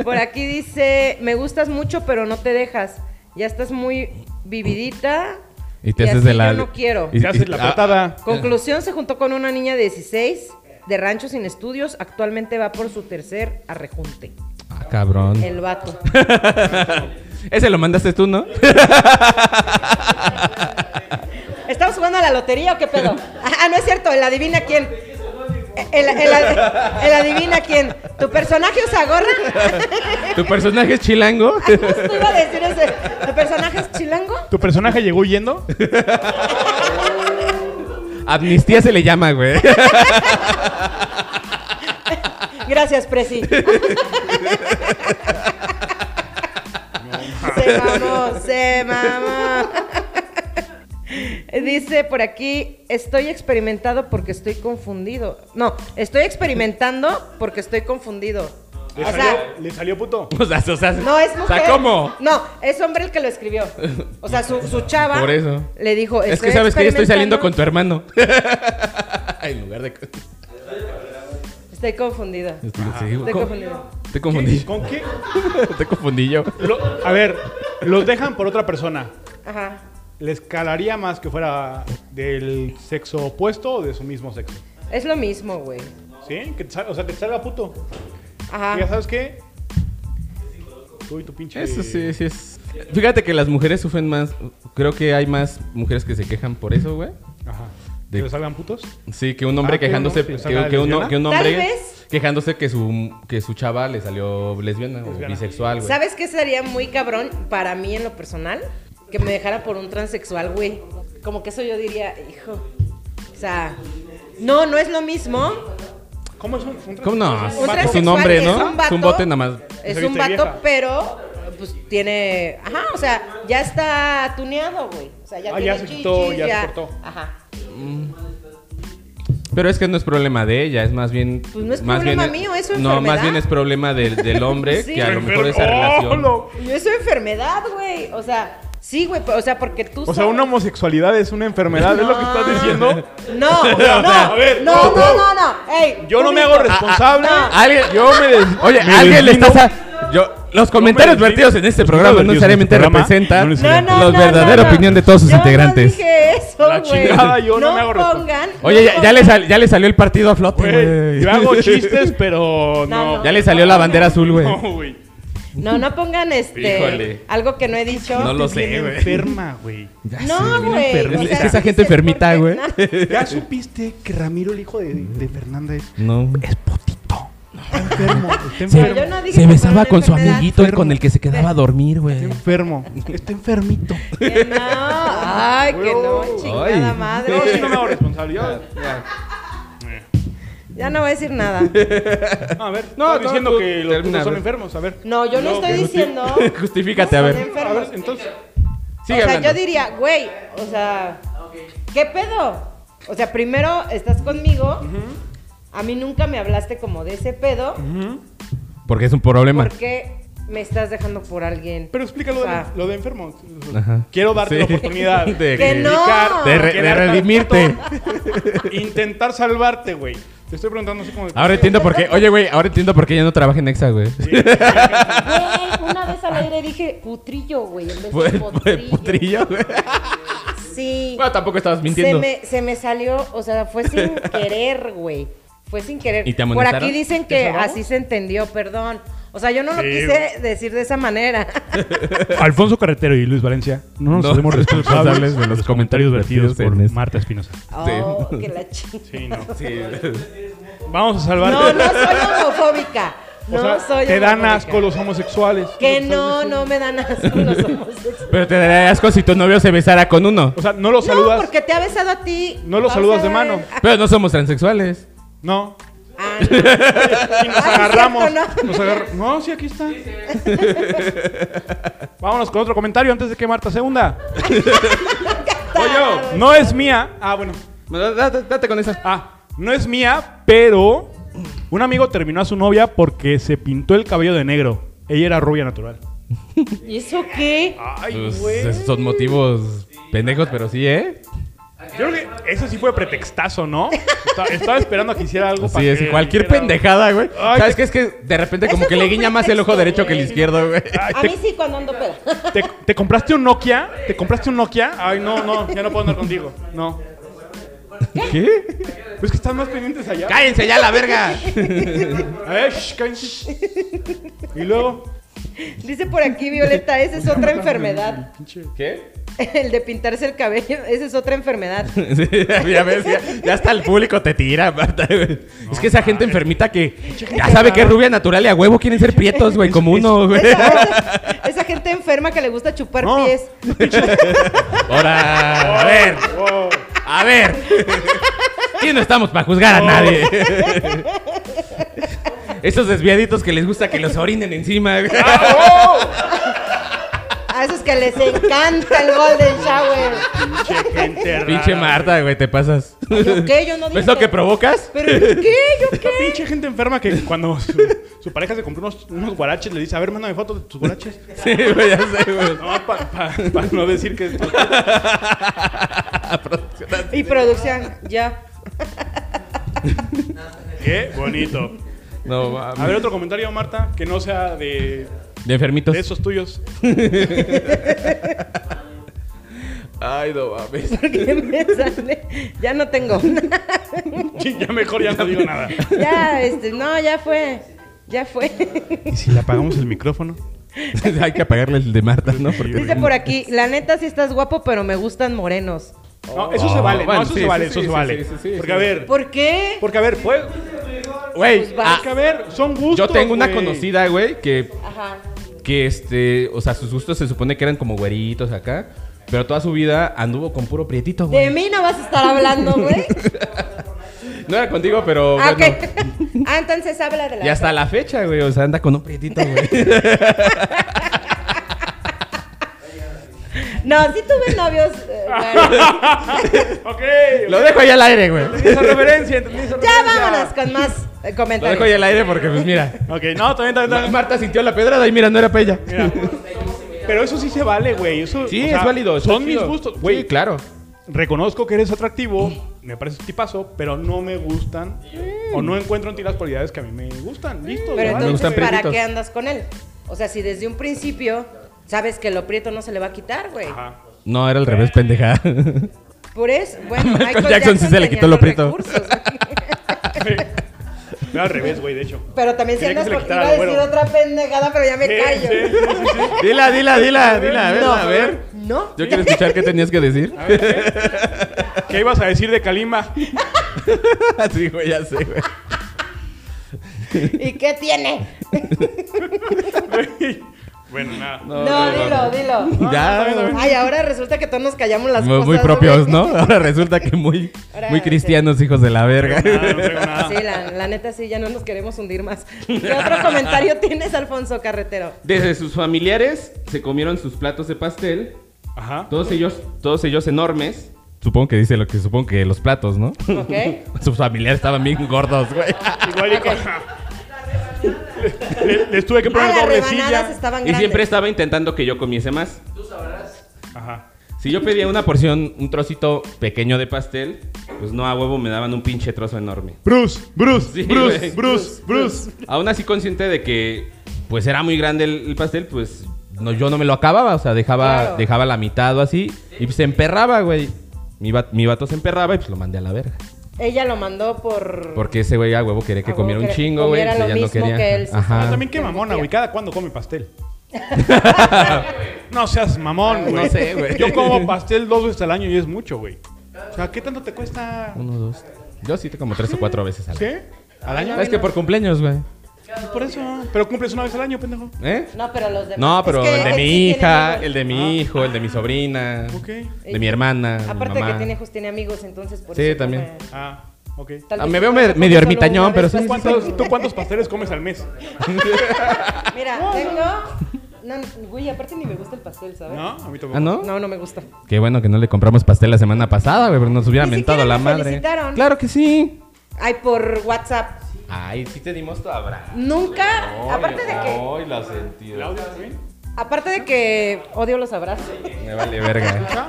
Speaker 2: Por aquí dice, me gustas mucho, pero no te dejas. Ya estás muy vividita.
Speaker 3: Y te haces de
Speaker 2: así
Speaker 3: la.
Speaker 2: Yo no quiero.
Speaker 3: y-
Speaker 4: Te haces la
Speaker 3: ah,
Speaker 4: patada.
Speaker 2: Conclusión, se juntó con una niña de 16, de rancho sin estudios. Actualmente va por su tercer arrejunte.
Speaker 3: Ah, cabrón.
Speaker 2: El vato.
Speaker 3: Ese lo mandaste tú, ¿no?
Speaker 2: ¿Estamos jugando a la lotería o qué pedo? Ah, no es cierto, el adivina quién. El, el- el adivina quién. ¿Tu personaje usa gorra?
Speaker 3: ¿Tu personaje es chilango?
Speaker 2: Ah, Justo iba a decir ese. ¿Tu personaje es chilango?
Speaker 4: ¿Tu personaje llegó huyendo?
Speaker 3: Amnistía se le llama, güey.
Speaker 2: Gracias, Presi. se mamó, se mamó. Dice por aquí, estoy experimentado porque estoy confundido. No, estoy experimentando porque estoy confundido.
Speaker 4: Le,
Speaker 2: O sea,
Speaker 4: salió, le salió puto.
Speaker 3: O sea, o sea,
Speaker 2: no es
Speaker 3: o sea,
Speaker 2: mujer.
Speaker 3: ¿cómo?
Speaker 2: No, es hombre el que lo escribió. O sea, su, su chava
Speaker 3: Por eso.
Speaker 2: le dijo,
Speaker 3: Es
Speaker 2: "Estoy
Speaker 3: que sabes que yo estoy saliendo con
Speaker 2: experimentando,
Speaker 3: tu hermano. en lugar de.
Speaker 2: Estoy confundida.
Speaker 3: Este, Sí,
Speaker 2: Estoy
Speaker 3: co-
Speaker 2: confundida.
Speaker 3: Te confundí.
Speaker 4: ¿Con qué?
Speaker 3: Te confundí yo.
Speaker 4: Lo- a ver, los dejan por otra persona.
Speaker 2: Ajá.
Speaker 4: ¿Les calaría más que fuera del sexo opuesto o de su mismo sexo?
Speaker 2: Es lo mismo, güey.
Speaker 4: ¿Sí? Que te sal- o sea, que te salga puto.
Speaker 2: Ajá.
Speaker 4: ¿Ya sabes qué? Tú y tu pinche...
Speaker 3: Eso sí, sí es. Fíjate que las mujeres sufren más. Creo que hay más mujeres que se quejan por eso, güey.
Speaker 4: Ajá.
Speaker 3: De-
Speaker 4: ¿Que le salgan putos?
Speaker 3: Sí, que un hombre
Speaker 4: Ah, que
Speaker 3: quejándose.
Speaker 4: no, que le
Speaker 3: Que,
Speaker 4: salga
Speaker 3: que uno-
Speaker 4: lesbiana.
Speaker 3: que un
Speaker 2: Tal
Speaker 3: hombre.
Speaker 2: vez.
Speaker 3: Quejándose que su, que su chava le salió lesbiana, o
Speaker 4: Lesbiana.
Speaker 3: bisexual, güey.
Speaker 2: ¿Sabes qué sería muy cabrón para mí en lo personal? Que me dejara por un transexual, güey. Como que eso yo diría, hijo. O sea, no, no es lo mismo.
Speaker 4: ¿Cómo es un, un
Speaker 3: ¿Cómo no?
Speaker 4: transexual?
Speaker 2: Un
Speaker 3: Es
Speaker 2: transexual
Speaker 3: un hombre,
Speaker 2: es
Speaker 3: ¿no?
Speaker 2: un vato,
Speaker 3: Es un bote nada más.
Speaker 2: Es
Speaker 4: Se
Speaker 2: un
Speaker 4: viste
Speaker 2: vato,
Speaker 4: vieja.
Speaker 2: pero pues tiene, ajá, o sea, ya está tuneado, güey. O sea, ya
Speaker 4: Ah,
Speaker 2: tiene
Speaker 4: ya se quitó,
Speaker 2: chichis,
Speaker 4: ya se cortó.
Speaker 2: Ajá.
Speaker 3: Pero es que no es problema de ella, es más bien.
Speaker 2: Pues no es
Speaker 3: más
Speaker 2: problema
Speaker 3: bien-
Speaker 2: mío, es su
Speaker 3: No,
Speaker 2: enfermedad.
Speaker 3: más bien es problema del, del hombre
Speaker 2: Sí.
Speaker 3: que a lo mejor esa
Speaker 4: ¡Oh,
Speaker 3: relación.
Speaker 4: lo-
Speaker 2: Y es su enfermedad, güey. O sea, sí, güey, o sea, porque tú
Speaker 4: O sea,
Speaker 2: sabes-
Speaker 4: una homosexualidad es una enfermedad, ¿es lo que estás diciendo?
Speaker 2: No, no,
Speaker 4: a ver,
Speaker 2: no,
Speaker 4: no,
Speaker 2: no,
Speaker 4: no.
Speaker 2: no, no. Ey,
Speaker 4: Yo no me
Speaker 2: público.
Speaker 4: hago responsable.
Speaker 2: Ah, ah,
Speaker 3: Alguien, yo me des- Oye,
Speaker 4: Me
Speaker 3: alguien le
Speaker 4: desvino.
Speaker 3: estás a- yo- los comentarios
Speaker 4: desvino.
Speaker 3: vertidos en este
Speaker 4: Los
Speaker 3: programa no
Speaker 4: comentarios vertidos en
Speaker 3: necesariamente
Speaker 4: este programa
Speaker 3: representan
Speaker 4: no
Speaker 2: Ah, No, no,
Speaker 3: los
Speaker 2: no, no,
Speaker 3: verdadera
Speaker 2: no.
Speaker 3: opinión de todos sus
Speaker 2: Yo
Speaker 3: integrantes.
Speaker 2: No dije eso,
Speaker 4: La
Speaker 2: güey.
Speaker 4: chingada, yo no me hago responsable.
Speaker 2: pongan,
Speaker 3: Oye,
Speaker 2: no
Speaker 3: ya, ya le
Speaker 2: pongan-
Speaker 3: sal- ya le salió el partido a flote,
Speaker 4: Güey,
Speaker 3: güey.
Speaker 4: yo hago chistes, pero no.
Speaker 2: no.
Speaker 3: Ya le salió la bandera azul, güey.
Speaker 4: No, güey.
Speaker 2: No, no pongan este
Speaker 3: Híjole.
Speaker 2: algo que no he dicho.
Speaker 3: No lo
Speaker 4: Bien
Speaker 3: sé, güey.
Speaker 4: enferma, güey.
Speaker 3: Ya sé,
Speaker 2: No,
Speaker 3: bien
Speaker 2: güey. o
Speaker 3: enfermo.
Speaker 2: sea,
Speaker 3: es que esa gente
Speaker 2: no sé
Speaker 3: enfermita,
Speaker 2: por
Speaker 3: güey.
Speaker 2: qué, no.
Speaker 4: ¿Ya supiste que Ramiro, el hijo de, de Fernanda, es
Speaker 3: No.
Speaker 4: putito? Está enfermo, está
Speaker 2: Pero
Speaker 4: enfermo.
Speaker 2: yo no dije que
Speaker 3: Se
Speaker 2: fuera
Speaker 3: besaba
Speaker 2: una
Speaker 3: con su
Speaker 2: enfermedad.
Speaker 3: amiguito el con el que se quedaba a dormir, güey.
Speaker 4: Está enfermo, está enfermito.
Speaker 2: Que no. Ay, que no, chingada
Speaker 3: Ay.
Speaker 2: madre.
Speaker 4: No, sí no me hago responsable. yo-
Speaker 2: Ya no voy a decir nada.
Speaker 4: No, a ver,
Speaker 3: No,
Speaker 4: no,
Speaker 3: no,
Speaker 4: diciendo
Speaker 3: tú
Speaker 4: que los
Speaker 3: termina,
Speaker 4: putos
Speaker 3: a
Speaker 4: son
Speaker 3: ver.
Speaker 4: enfermos, a ver.
Speaker 2: No, yo
Speaker 4: No,
Speaker 2: no, estoy
Speaker 4: que no
Speaker 2: diciendo.
Speaker 3: Justifícate, a
Speaker 2: Son
Speaker 3: ver.
Speaker 4: A
Speaker 2: enfermos.
Speaker 4: ver, entonces,
Speaker 3: Sigue
Speaker 2: o sea,
Speaker 3: hablando.
Speaker 2: yo diría, güey, o sea, ¿qué pedo? O sea, primero estás conmigo. A mí nunca me hablaste como de ese pedo.
Speaker 3: Porque es un problema.
Speaker 2: ¿Por qué me estás dejando por alguien?
Speaker 4: Pero explícalo
Speaker 2: O sea,
Speaker 4: lo de enfermo.
Speaker 3: Ajá.
Speaker 4: Quiero darte
Speaker 3: Sí.
Speaker 4: la oportunidad
Speaker 3: De-
Speaker 2: Que no.
Speaker 4: explicar,
Speaker 3: de re- de
Speaker 4: quedarte al
Speaker 3: redimirte.
Speaker 4: botón, intentar salvarte, güey. Te estoy preguntando así como... de-
Speaker 3: Ahora entiendo por qué. Oye, güey, ahora entiendo por qué ya no trabaja en Exa, güey.
Speaker 4: Sí.
Speaker 2: Güey, una vez al aire dije putrillo, güey, en vez
Speaker 3: Fue
Speaker 2: de
Speaker 3: fue
Speaker 2: potrillo.
Speaker 3: putrillo, güey.
Speaker 2: Sí.
Speaker 3: Bueno, tampoco estabas
Speaker 2: se,
Speaker 3: mintiendo.
Speaker 2: me, se me salió, o sea, fue sin querer, güey. Fue sin querer.
Speaker 3: ¿Y te
Speaker 2: Por
Speaker 3: amonestaron?
Speaker 2: aquí dicen
Speaker 3: ¿Te
Speaker 2: que
Speaker 3: salvaron?
Speaker 2: así se entendió, perdón. O sea, yo no lo
Speaker 4: Sí,
Speaker 2: quise decir de esa manera.
Speaker 1: Alfonso Carretero y Luis Valencia no nos
Speaker 3: No.
Speaker 1: hacemos responsables de los comentarios vertidos por
Speaker 3: en este.
Speaker 1: Marta Espinosa.
Speaker 2: Oh, que la chingada.
Speaker 4: Sí, no.
Speaker 3: Sí.
Speaker 4: Vamos a
Speaker 2: No,
Speaker 4: salvarte.
Speaker 2: no soy homofóbica. No
Speaker 4: O sea,
Speaker 2: soy
Speaker 4: te dan
Speaker 2: homofóbica.
Speaker 4: asco los homosexuales.
Speaker 2: Que no, no me dan asco los homosexuales.
Speaker 3: Pero te daría asco si tu novio se besara con uno.
Speaker 4: O sea, no los
Speaker 2: No,
Speaker 4: saludas.
Speaker 2: porque te ha besado a ti.
Speaker 4: No los
Speaker 2: Vas
Speaker 4: saludas
Speaker 2: a
Speaker 4: de
Speaker 2: ver.
Speaker 4: mano.
Speaker 3: Pero no somos transexuales.
Speaker 4: No.
Speaker 2: Ah, no.
Speaker 4: Y nos
Speaker 2: Ah, es
Speaker 4: agarramos.
Speaker 2: cierto, ¿no?
Speaker 4: Nos agarr- No, sí, aquí está. Vámonos con otro comentario antes de que Marta se hunda. Pollo, no es mía. Ah, bueno.
Speaker 3: Date, date con esa.
Speaker 4: Ah, no es mía, pero un amigo terminó a su novia porque se pintó el cabello de negro. Ella era rubia natural.
Speaker 2: ¿Y eso qué?
Speaker 4: Ay,
Speaker 3: Pues,
Speaker 4: güey.
Speaker 3: esos son motivos pendejos, pero sí, ¿eh?
Speaker 4: Yo creo que ese sí fue pretextazo, ¿no? Está- estaba esperando a que hiciera algo
Speaker 3: Sí, es
Speaker 4: que
Speaker 3: cualquier
Speaker 4: dijera-
Speaker 3: pendejada, güey.
Speaker 4: Ay,
Speaker 3: ¿Sabes
Speaker 4: qué-
Speaker 3: qué? Es que de repente como
Speaker 2: Eso
Speaker 3: que
Speaker 2: fue
Speaker 3: le
Speaker 2: un
Speaker 3: guiña más el
Speaker 2: pretexto,
Speaker 3: ojo derecho que el
Speaker 2: güey.
Speaker 3: izquierdo, güey.
Speaker 4: Ay,
Speaker 2: A
Speaker 4: te-
Speaker 2: mí sí cuando ando peda.
Speaker 4: ¿Te, te compraste un Nokia? ¿Te compraste un Nokia? Ay, no, no, ya no puedo andar contigo. No.
Speaker 3: ¿Qué?
Speaker 4: Pues que están más pendientes allá.
Speaker 3: ¡Cállense ya la verga!
Speaker 4: A ver, shh, cállense. Y luego.
Speaker 2: Dice por aquí Violeta, esa es otra enfermedad.
Speaker 4: Pinche.
Speaker 3: ¿Qué?
Speaker 2: El de pintarse el cabello, esa es otra enfermedad.
Speaker 3: Sí, ya ves, ya, ya hasta el público te tira, Marta, güey. es que esa gente enfermita que ya sabe que es rubia natural y a huevo quieren ser prietos, güey, como uno, güey.
Speaker 2: Esa, esa- esa gente enferma que le gusta chupar
Speaker 4: No.
Speaker 2: pies.
Speaker 3: Ahora, a ver,
Speaker 4: Wow.
Speaker 3: a ver. Aquí no estamos para juzgar a nadie. Esos desviaditos que les gusta que los orinen encima, güey.
Speaker 2: A esos que les encanta el golden shower.
Speaker 4: Pinche gente rara.
Speaker 3: Pinche Marta, güey, te pasas.
Speaker 2: ¿Yo qué? Yo no dije.
Speaker 3: ¿Ves lo que provocas?
Speaker 2: ¿Pero yo qué? ¿Yo
Speaker 4: Esta
Speaker 2: qué?
Speaker 4: pinche gente enferma que cuando su, su pareja se compró unos, unos guaraches le dice, a ver, mándame fotos de tus guaraches.
Speaker 3: Sí, güey, ya sé, güey.
Speaker 4: No, para no decir que...
Speaker 2: Y producción, ya.
Speaker 4: Qué bonito.
Speaker 3: No,
Speaker 4: A ver,
Speaker 3: mames.
Speaker 4: otro comentario, Marta, que no sea de,
Speaker 3: De enfermitos.
Speaker 4: de esos tuyos.
Speaker 3: Ay, no mames.
Speaker 2: Porque me sale. Ya no tengo.
Speaker 4: Sí, ya mejor ya no digo nada.
Speaker 2: Ya, este, no, ya fue. Ya fue.
Speaker 4: ¿Y si le apagamos el micrófono?
Speaker 3: Hay que apagarle el de Marta, ¿no? Porque-
Speaker 2: Dice por aquí, la neta sí estás guapo, pero me gustan morenos.
Speaker 4: No, eso se
Speaker 3: Oh,
Speaker 4: vale,
Speaker 3: bueno,
Speaker 4: no, eso
Speaker 3: sí,
Speaker 4: se
Speaker 3: sí,
Speaker 4: vale,
Speaker 3: sí,
Speaker 4: eso
Speaker 3: sí,
Speaker 4: se vale.
Speaker 3: sí, sí, sí,
Speaker 4: Porque
Speaker 3: sí.
Speaker 4: a ver,
Speaker 2: ¿Por qué?
Speaker 4: porque a ver, pues,
Speaker 3: Güey,
Speaker 2: Pues
Speaker 3: ah,
Speaker 2: vas.
Speaker 4: porque a ver, son gustos.
Speaker 3: yo tengo una
Speaker 4: güey.
Speaker 3: conocida, güey, que,
Speaker 2: Ajá.
Speaker 3: que este, o sea, sus gustos se supone que eran como güeritos acá, pero toda su vida anduvo con puro prietito,
Speaker 2: De
Speaker 3: güey.
Speaker 2: mí no vas a estar hablando, güey.
Speaker 3: No era contigo, pero
Speaker 2: Ah,
Speaker 3: bueno.
Speaker 2: ok. Ah, entonces habla de la.
Speaker 3: Y hasta la fecha, güey, o sea, anda con un prietito, güey.
Speaker 2: No, sí tuve novios. eh, güey.
Speaker 4: Ok.
Speaker 3: Lo dejo ahí al aire, güey.
Speaker 4: Entendí esa referencia, entendí esa
Speaker 2: ya
Speaker 4: referencia.
Speaker 2: vámonos con más eh,
Speaker 3: Lo dejo ahí
Speaker 2: comentarios.
Speaker 3: al aire porque, pues mira,
Speaker 4: Ok, no, también, también,
Speaker 3: Ma-
Speaker 4: también.
Speaker 3: Marta sintió la pedrada y mira, no era para ella.
Speaker 4: Mira, pero eso sí se vale, güey. Eso,
Speaker 3: Sí,
Speaker 4: o
Speaker 3: es
Speaker 4: sea,
Speaker 3: válido. está
Speaker 4: Son mis
Speaker 3: chido.
Speaker 4: gustos.
Speaker 3: Sí,
Speaker 4: Güey,
Speaker 3: claro.
Speaker 4: reconozco que eres atractivo, me parece un tipazo, pero no me gustan o no encuentro en ti las cualidades que a mí me gustan. Listo,
Speaker 2: Pero
Speaker 4: vale.
Speaker 2: entonces,
Speaker 3: gustan
Speaker 2: ¿para
Speaker 3: prietitos.
Speaker 2: qué andas con él? O sea, si desde un principio sabes que lo prieto no se le va a quitar, güey.
Speaker 4: Ajá.
Speaker 3: No, era al
Speaker 4: Eh.
Speaker 3: revés, pendeja.
Speaker 2: Por eso, bueno,
Speaker 3: Michael
Speaker 2: Michael,
Speaker 3: Jackson sí se le
Speaker 2: tenía
Speaker 3: quitó lo
Speaker 2: los
Speaker 3: prieto.
Speaker 2: recursos, güey.
Speaker 4: Pero al revés, güey, de hecho.
Speaker 2: pero también si
Speaker 4: Quería que
Speaker 2: andas
Speaker 4: se le
Speaker 2: con.
Speaker 4: quitara
Speaker 2: Iba a
Speaker 4: al
Speaker 2: decir
Speaker 4: güero.
Speaker 2: otra pendejada, pero ya me
Speaker 4: Sí, sí,
Speaker 2: callo.
Speaker 4: sí, sí, sí.
Speaker 3: dila, dila, dila, dila, a ver, a ver.
Speaker 2: No.
Speaker 3: Yo quiero escuchar qué tenías que decir.
Speaker 4: ¿Qué ibas a decir de Kalimba? Ah,
Speaker 3: sí, güey, ya sé, güey.
Speaker 2: ¿Y qué tiene?
Speaker 4: Güey. bueno, nada.
Speaker 2: No, dilo, dilo.
Speaker 3: Ya,
Speaker 2: Ay, ahora resulta que todos nos callamos las
Speaker 3: muy,
Speaker 2: cosas.
Speaker 3: muy propios,
Speaker 2: güey.
Speaker 3: ¿no? Ahora resulta que muy,
Speaker 2: Ahora,
Speaker 3: muy cristianos, hijos de la verga.
Speaker 4: Nada, no traigo nada.
Speaker 2: Sí, la, la neta sí, ya no nos queremos hundir más. ¿Qué otro comentario tienes, Alfonso Carretero?
Speaker 3: Desde sus familiares se comieron sus platos de pastel
Speaker 4: Ajá.
Speaker 3: Todos ellos, todos ellos enormes. Supongo que dice lo que supongo que los platos, ¿no?
Speaker 2: Ok.
Speaker 3: Sus familiares estaban bien gordos, güey.
Speaker 4: Igual y con... Le- les tuve que
Speaker 2: Ah,
Speaker 4: poner
Speaker 2: las
Speaker 4: doble
Speaker 2: rebanadas
Speaker 4: silla.
Speaker 2: estaban
Speaker 3: Y
Speaker 2: grandes.
Speaker 3: siempre estaba intentando que yo comiese más.
Speaker 4: Ajá.
Speaker 3: Si yo pedía una porción, un trocito pequeño de pastel, pues no a huevo me daban un pinche trozo enorme.
Speaker 4: Bruce, Bruce,
Speaker 3: Sí,
Speaker 4: Bruce,
Speaker 3: güey.
Speaker 4: Bruce, Bruce.
Speaker 3: Aún así consciente de que pues era muy grande el, el pastel, pues no, yo no me lo acababa, o sea, dejaba,
Speaker 2: Claro.
Speaker 3: dejaba la mitad o así, y pues, se emperraba, güey. Mi, va- mi vato se emperraba y pues lo mandé a la verga.
Speaker 2: Ella lo mandó por.
Speaker 3: Porque ese güey a huevo quería que
Speaker 2: A huevo
Speaker 3: comiera un
Speaker 2: que
Speaker 3: chingo, güey.
Speaker 2: comiera
Speaker 3: pues,
Speaker 2: lo
Speaker 3: ella no
Speaker 2: mismo
Speaker 3: quería.
Speaker 2: que él, sí,
Speaker 3: Ajá.
Speaker 4: Pero Ah, también qué mamona, güey. Cada cuando come pastel. no seas mamón, güey.
Speaker 3: No sé, güey.
Speaker 4: Yo como pastel dos veces al año y es mucho, güey. O sea, ¿qué tanto te cuesta?
Speaker 3: Uno, dos. tres. Yo sí te como tres o cuatro veces al año.
Speaker 4: ¿Qué? ¿Al año?
Speaker 3: Es que por cumpleaños, güey.
Speaker 4: Pues Por eso. Pero cumples una vez al año, pendejo.
Speaker 3: ¿Eh?
Speaker 2: No, pero los demás.
Speaker 3: No, pero
Speaker 2: Es que
Speaker 3: el de
Speaker 2: él
Speaker 3: mi
Speaker 2: sí tiene
Speaker 3: hija,
Speaker 2: amigos.
Speaker 3: el de mi hijo, el de mi sobrina,
Speaker 4: Ok.
Speaker 3: de mi hermana. de mi
Speaker 2: Aparte de que
Speaker 3: mamá.
Speaker 2: tiene hijos, tiene amigos, entonces por
Speaker 3: Sí,
Speaker 2: eso. pues,
Speaker 3: también.
Speaker 2: come-
Speaker 4: Ah, ok.
Speaker 2: Tal
Speaker 3: Ah,
Speaker 2: vez
Speaker 3: me
Speaker 2: sí
Speaker 3: veo
Speaker 2: come
Speaker 3: medio-
Speaker 2: solo
Speaker 3: medio
Speaker 2: una
Speaker 3: ermitañón,
Speaker 2: vez
Speaker 3: pero sí,
Speaker 2: al
Speaker 3: sí,
Speaker 2: pastel.
Speaker 4: ¿Cuántos, ¿Tú cuántos pasteles comes al mes?
Speaker 2: Mira, tengo. No, güey, aparte ni me gusta el pastel, ¿sabes?
Speaker 4: ¿No? A mí tampoco.
Speaker 3: Ah, ¿no?
Speaker 2: No, no me gusta.
Speaker 3: Qué bueno que no le compramos pastel la semana pasada, güey, pero nos hubiera
Speaker 2: Ni
Speaker 3: mentado
Speaker 2: siquiera
Speaker 3: la
Speaker 2: me
Speaker 3: madre.
Speaker 2: felicitaron.
Speaker 3: Claro que sí.
Speaker 2: Ay, por WhatsApp.
Speaker 3: Ay, sí te dimos tu abrazo.
Speaker 2: Nunca. aparte de que.
Speaker 3: Ay, la sentí.
Speaker 4: ¿El audio también?
Speaker 2: Aparte de que odio los abrazos.
Speaker 3: Me vale verga.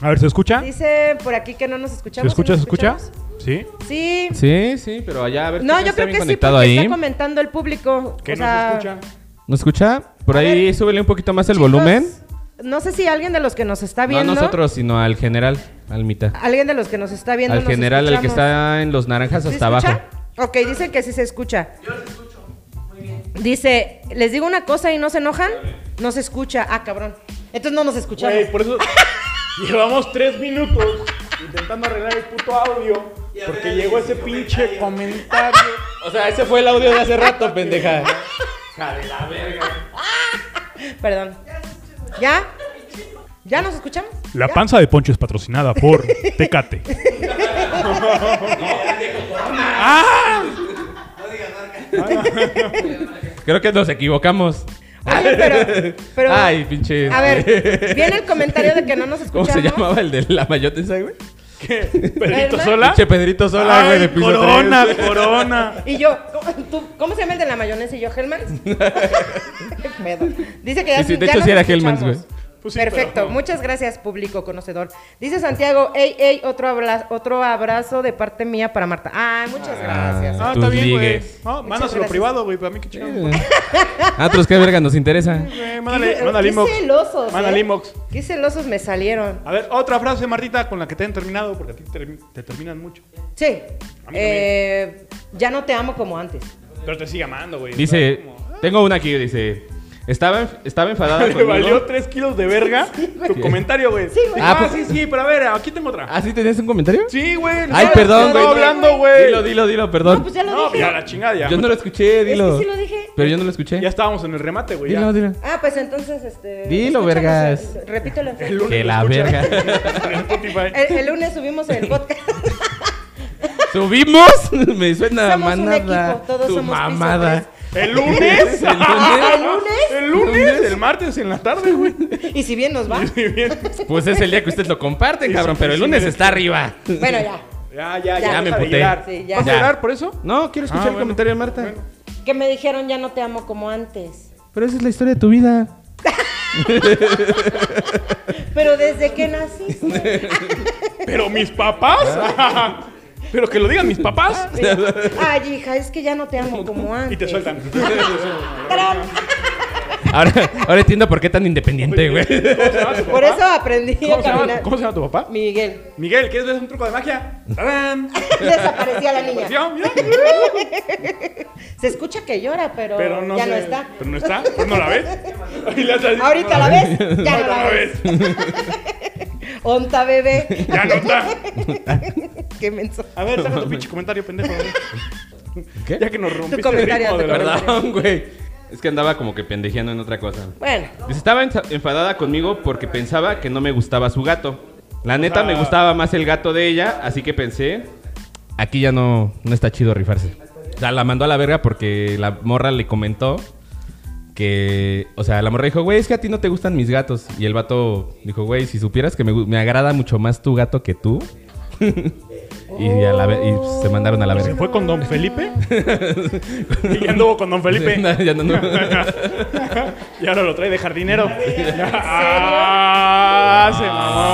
Speaker 1: A ver, ¿se escucha?
Speaker 2: Dice por aquí que no nos
Speaker 1: ¿Se
Speaker 2: escuchamos.
Speaker 1: escucha?
Speaker 2: ¿sí
Speaker 1: ¿Se
Speaker 2: nos
Speaker 1: escucha?
Speaker 2: escuchamos?
Speaker 1: Sí.
Speaker 2: Sí.
Speaker 3: Sí, sí, pero allá a ver
Speaker 2: No,
Speaker 3: quién
Speaker 2: yo
Speaker 3: está
Speaker 2: creo
Speaker 3: bien
Speaker 2: que sí,
Speaker 3: conectado
Speaker 2: porque
Speaker 3: ahí.
Speaker 2: está comentando el público.
Speaker 4: ¿Qué
Speaker 2: o
Speaker 4: no
Speaker 2: sea,
Speaker 4: se escucha?
Speaker 3: ¿No escucha? Ah, Por
Speaker 2: A
Speaker 3: ahí
Speaker 2: ver,
Speaker 3: súbele un poquito más el
Speaker 2: chicos,
Speaker 3: volumen.
Speaker 2: No sé si alguien de los que nos está
Speaker 3: No a
Speaker 2: viendo.
Speaker 3: nosotros, sino al general, al mitad.
Speaker 2: Alguien de los que nos está viendo.
Speaker 3: Al
Speaker 2: nos
Speaker 3: general, al que
Speaker 2: escuchamos.
Speaker 3: está en los naranjas
Speaker 2: ¿Sí
Speaker 3: hasta
Speaker 2: escucha?
Speaker 3: abajo.
Speaker 2: Ok, dicen que sí se escucha. Yo los escucho. Muy bien. Dice, les digo una cosa y no se enojan, no se escucha. Ah, cabrón. Entonces no nos escuchamos.
Speaker 4: Güey, por eso llevamos tres minutos intentando arreglar el puto audio porque llegó ese pinche comentario.
Speaker 3: O sea, ese fue el audio de hace rato, pendeja.
Speaker 2: Perdón. ¿Ya? ¿Ya nos escuchamos?
Speaker 1: La
Speaker 2: ¿Ya?
Speaker 1: panza de Poncho es patrocinada por Tecate.
Speaker 3: Creo que nos equivocamos.
Speaker 2: Oye, pero- pero-
Speaker 3: Ay, pinche.
Speaker 2: A ver, viene el comentario de que no nos
Speaker 3: ¿Cómo
Speaker 2: escuchamos.
Speaker 3: se llamaba el de la mayota esa, güey?
Speaker 4: ¿Qué? ¿Pedrito
Speaker 2: ¿Verdad?
Speaker 4: Sola?
Speaker 3: Pinche Pedrito Sola, güey, de
Speaker 4: Ay,
Speaker 3: piso
Speaker 4: corona,
Speaker 3: tres.
Speaker 4: corona.
Speaker 2: Y yo, ¿cómo, tú- cómo se llama el de la mayonesa? Y yo, Hellmans. Qué pedo. Dice que ya
Speaker 3: Sí, sí, de
Speaker 2: ya
Speaker 3: hecho,
Speaker 2: nos
Speaker 3: sí era Hellmans,
Speaker 2: escuchamos.
Speaker 3: güey.
Speaker 4: Pues sí,
Speaker 2: Perfecto,
Speaker 4: pero-
Speaker 2: muchas gracias, público conocedor. Dice Santiago, ey, ey, otro, abla- otro abrazo de parte mía para Marta. Ay, muchas gracias.
Speaker 4: Ah,
Speaker 3: Tus
Speaker 4: está bien, güey.
Speaker 3: ligues.
Speaker 4: No,
Speaker 2: Muchas
Speaker 4: mándaselo
Speaker 2: gracias.
Speaker 4: privado, güey. Para mí qué chingón.
Speaker 3: Eh. Ah, pues qué verga nos interesa.
Speaker 4: Güey,
Speaker 2: Qué-
Speaker 4: Mándale, mándale
Speaker 2: qué
Speaker 4: inbox.
Speaker 2: celosos,
Speaker 4: Mándale
Speaker 2: ¿eh?
Speaker 4: inbox.
Speaker 2: Qué celosos me salieron.
Speaker 4: A ver, otra frase, Martita, con la que te han terminado, porque a ti te, te terminan mucho.
Speaker 2: Sí,
Speaker 4: A mí
Speaker 2: eh, ya no te amo como antes.
Speaker 4: Pero te sigue amando, güey.
Speaker 3: Dice, tengo una aquí, dice. Estaba, enf- estaba enfadada
Speaker 4: Le
Speaker 3: Ah, conmigo.
Speaker 4: valió 3 kilos de verga
Speaker 2: güey.
Speaker 4: tu comentario, güey.
Speaker 2: Sí, güey.
Speaker 4: Ah,
Speaker 3: Ah,
Speaker 4: sí,
Speaker 3: pues-
Speaker 4: sí, pero a ver, aquí tengo otra.
Speaker 3: ¿Ah, sí tenías un comentario?
Speaker 4: Sí, güey.
Speaker 3: Ay,
Speaker 4: no,
Speaker 3: perdón,
Speaker 4: no
Speaker 3: güey.
Speaker 4: hablando, güey.
Speaker 3: Dilo, dilo, dilo, perdón.
Speaker 2: No, pues ya lo
Speaker 4: No,
Speaker 2: dije.
Speaker 4: ya la chingada, ya.
Speaker 3: yo no lo escuché, dilo.
Speaker 2: sí lo dije.
Speaker 3: Pero yo no lo escuché.
Speaker 4: Ya estábamos en el remate, güey. ya.
Speaker 3: dilo, dilo.
Speaker 2: Ah, pues entonces, este...
Speaker 3: Dilo,
Speaker 2: escúchanos,
Speaker 3: vergas.
Speaker 2: eh, Repítelo. en
Speaker 4: El
Speaker 2: Facebook.
Speaker 4: lunes
Speaker 3: Que
Speaker 4: lo
Speaker 3: la
Speaker 4: escuchas
Speaker 3: verga.
Speaker 4: en Spotify.
Speaker 2: El, el lunes subimos el podcast.
Speaker 3: ¿Subimos? Me suena a
Speaker 2: Somos un
Speaker 3: manada.
Speaker 2: equipo, todos
Speaker 3: tu
Speaker 2: somos piso
Speaker 3: mamada.
Speaker 4: ¿El lunes? Ah,
Speaker 3: ¿El lunes?
Speaker 2: ¿El lunes?
Speaker 4: ¿El lunes? El martes en la tarde, güey.
Speaker 2: y si bien nos va.
Speaker 4: Muy bien.
Speaker 3: Pues es el día que ustedes lo comparten, cabrón. Pero el lunes está arriba.
Speaker 2: Bueno, ya.
Speaker 4: Ya, ya, ya.
Speaker 2: Ya
Speaker 4: deja
Speaker 3: me
Speaker 4: de
Speaker 3: emputé.
Speaker 4: llorar.
Speaker 2: Sí, ya.
Speaker 4: ¿Vas
Speaker 3: Ya.
Speaker 4: a llorar por eso?
Speaker 3: No, quiero escuchar
Speaker 4: Ah,
Speaker 3: el
Speaker 4: bueno.
Speaker 3: comentario de Marta.
Speaker 2: Que me dijeron, ya no te amo como antes.
Speaker 3: Pero esa es la historia de tu vida.
Speaker 2: Pero desde que naciste.
Speaker 4: Pero mis papás. Pero que lo digan mis papás.
Speaker 2: Ay, hija, es que ya no te amo como antes.
Speaker 4: Y te sueltan.
Speaker 2: ¡Tarán!
Speaker 3: Ahora, ahora entiendo por qué tan independiente, güey.
Speaker 2: Por eso aprendí a
Speaker 4: ¿Cómo se, llama,
Speaker 2: caminar.
Speaker 4: ¿Cómo se llama tu papá? Mm.
Speaker 2: Miguel.
Speaker 4: Miguel, ¿quieres ver un truco de magia? ¡Tarán! Pues,
Speaker 2: Desaparecía la niña.
Speaker 4: Apareció, mira.
Speaker 2: Se escucha que llora, pero,
Speaker 4: Pero no
Speaker 2: ya
Speaker 4: sé.
Speaker 2: no está.
Speaker 4: Pero no está. Pues no la ves. Y le haces así,
Speaker 2: Ahorita
Speaker 4: no
Speaker 2: la ves, ya no la
Speaker 4: la
Speaker 2: ves.
Speaker 4: ves.
Speaker 2: Onta bebé.
Speaker 4: Ya no está.
Speaker 2: Qué menso.
Speaker 4: A ver, saca tu pinche comentario, pendejo.
Speaker 3: ¿Qué?
Speaker 4: Ya que nos rompiste
Speaker 2: comentario,
Speaker 4: el ritmo de
Speaker 2: tu
Speaker 4: la verdad.
Speaker 3: Perdón, güey. Es que andaba como que pendejeando en otra cosa.
Speaker 2: Bueno,
Speaker 3: Dice, Pues Estaba ensa- enfadada conmigo porque pensaba que no me gustaba su gato. La neta
Speaker 4: O sea-
Speaker 3: me gustaba más el gato de ella, así que pensé, aquí ya no, no está chido rifarse. O sea, la mandó a la verga porque la morra le comentó que, o sea, la morra dijo, güey, es que a ti no te gustan mis gatos. Y el vato dijo, güey, si supieras que me, gu- me agrada mucho más tu gato que tú. y, a la ve- y se mandaron a la
Speaker 4: ¿Y se
Speaker 3: verga.
Speaker 4: fue con Don Felipe? y ya anduvo con Don Felipe.
Speaker 3: Ya no- no.
Speaker 4: y ahora lo trae de jardinero. ah, se mamó.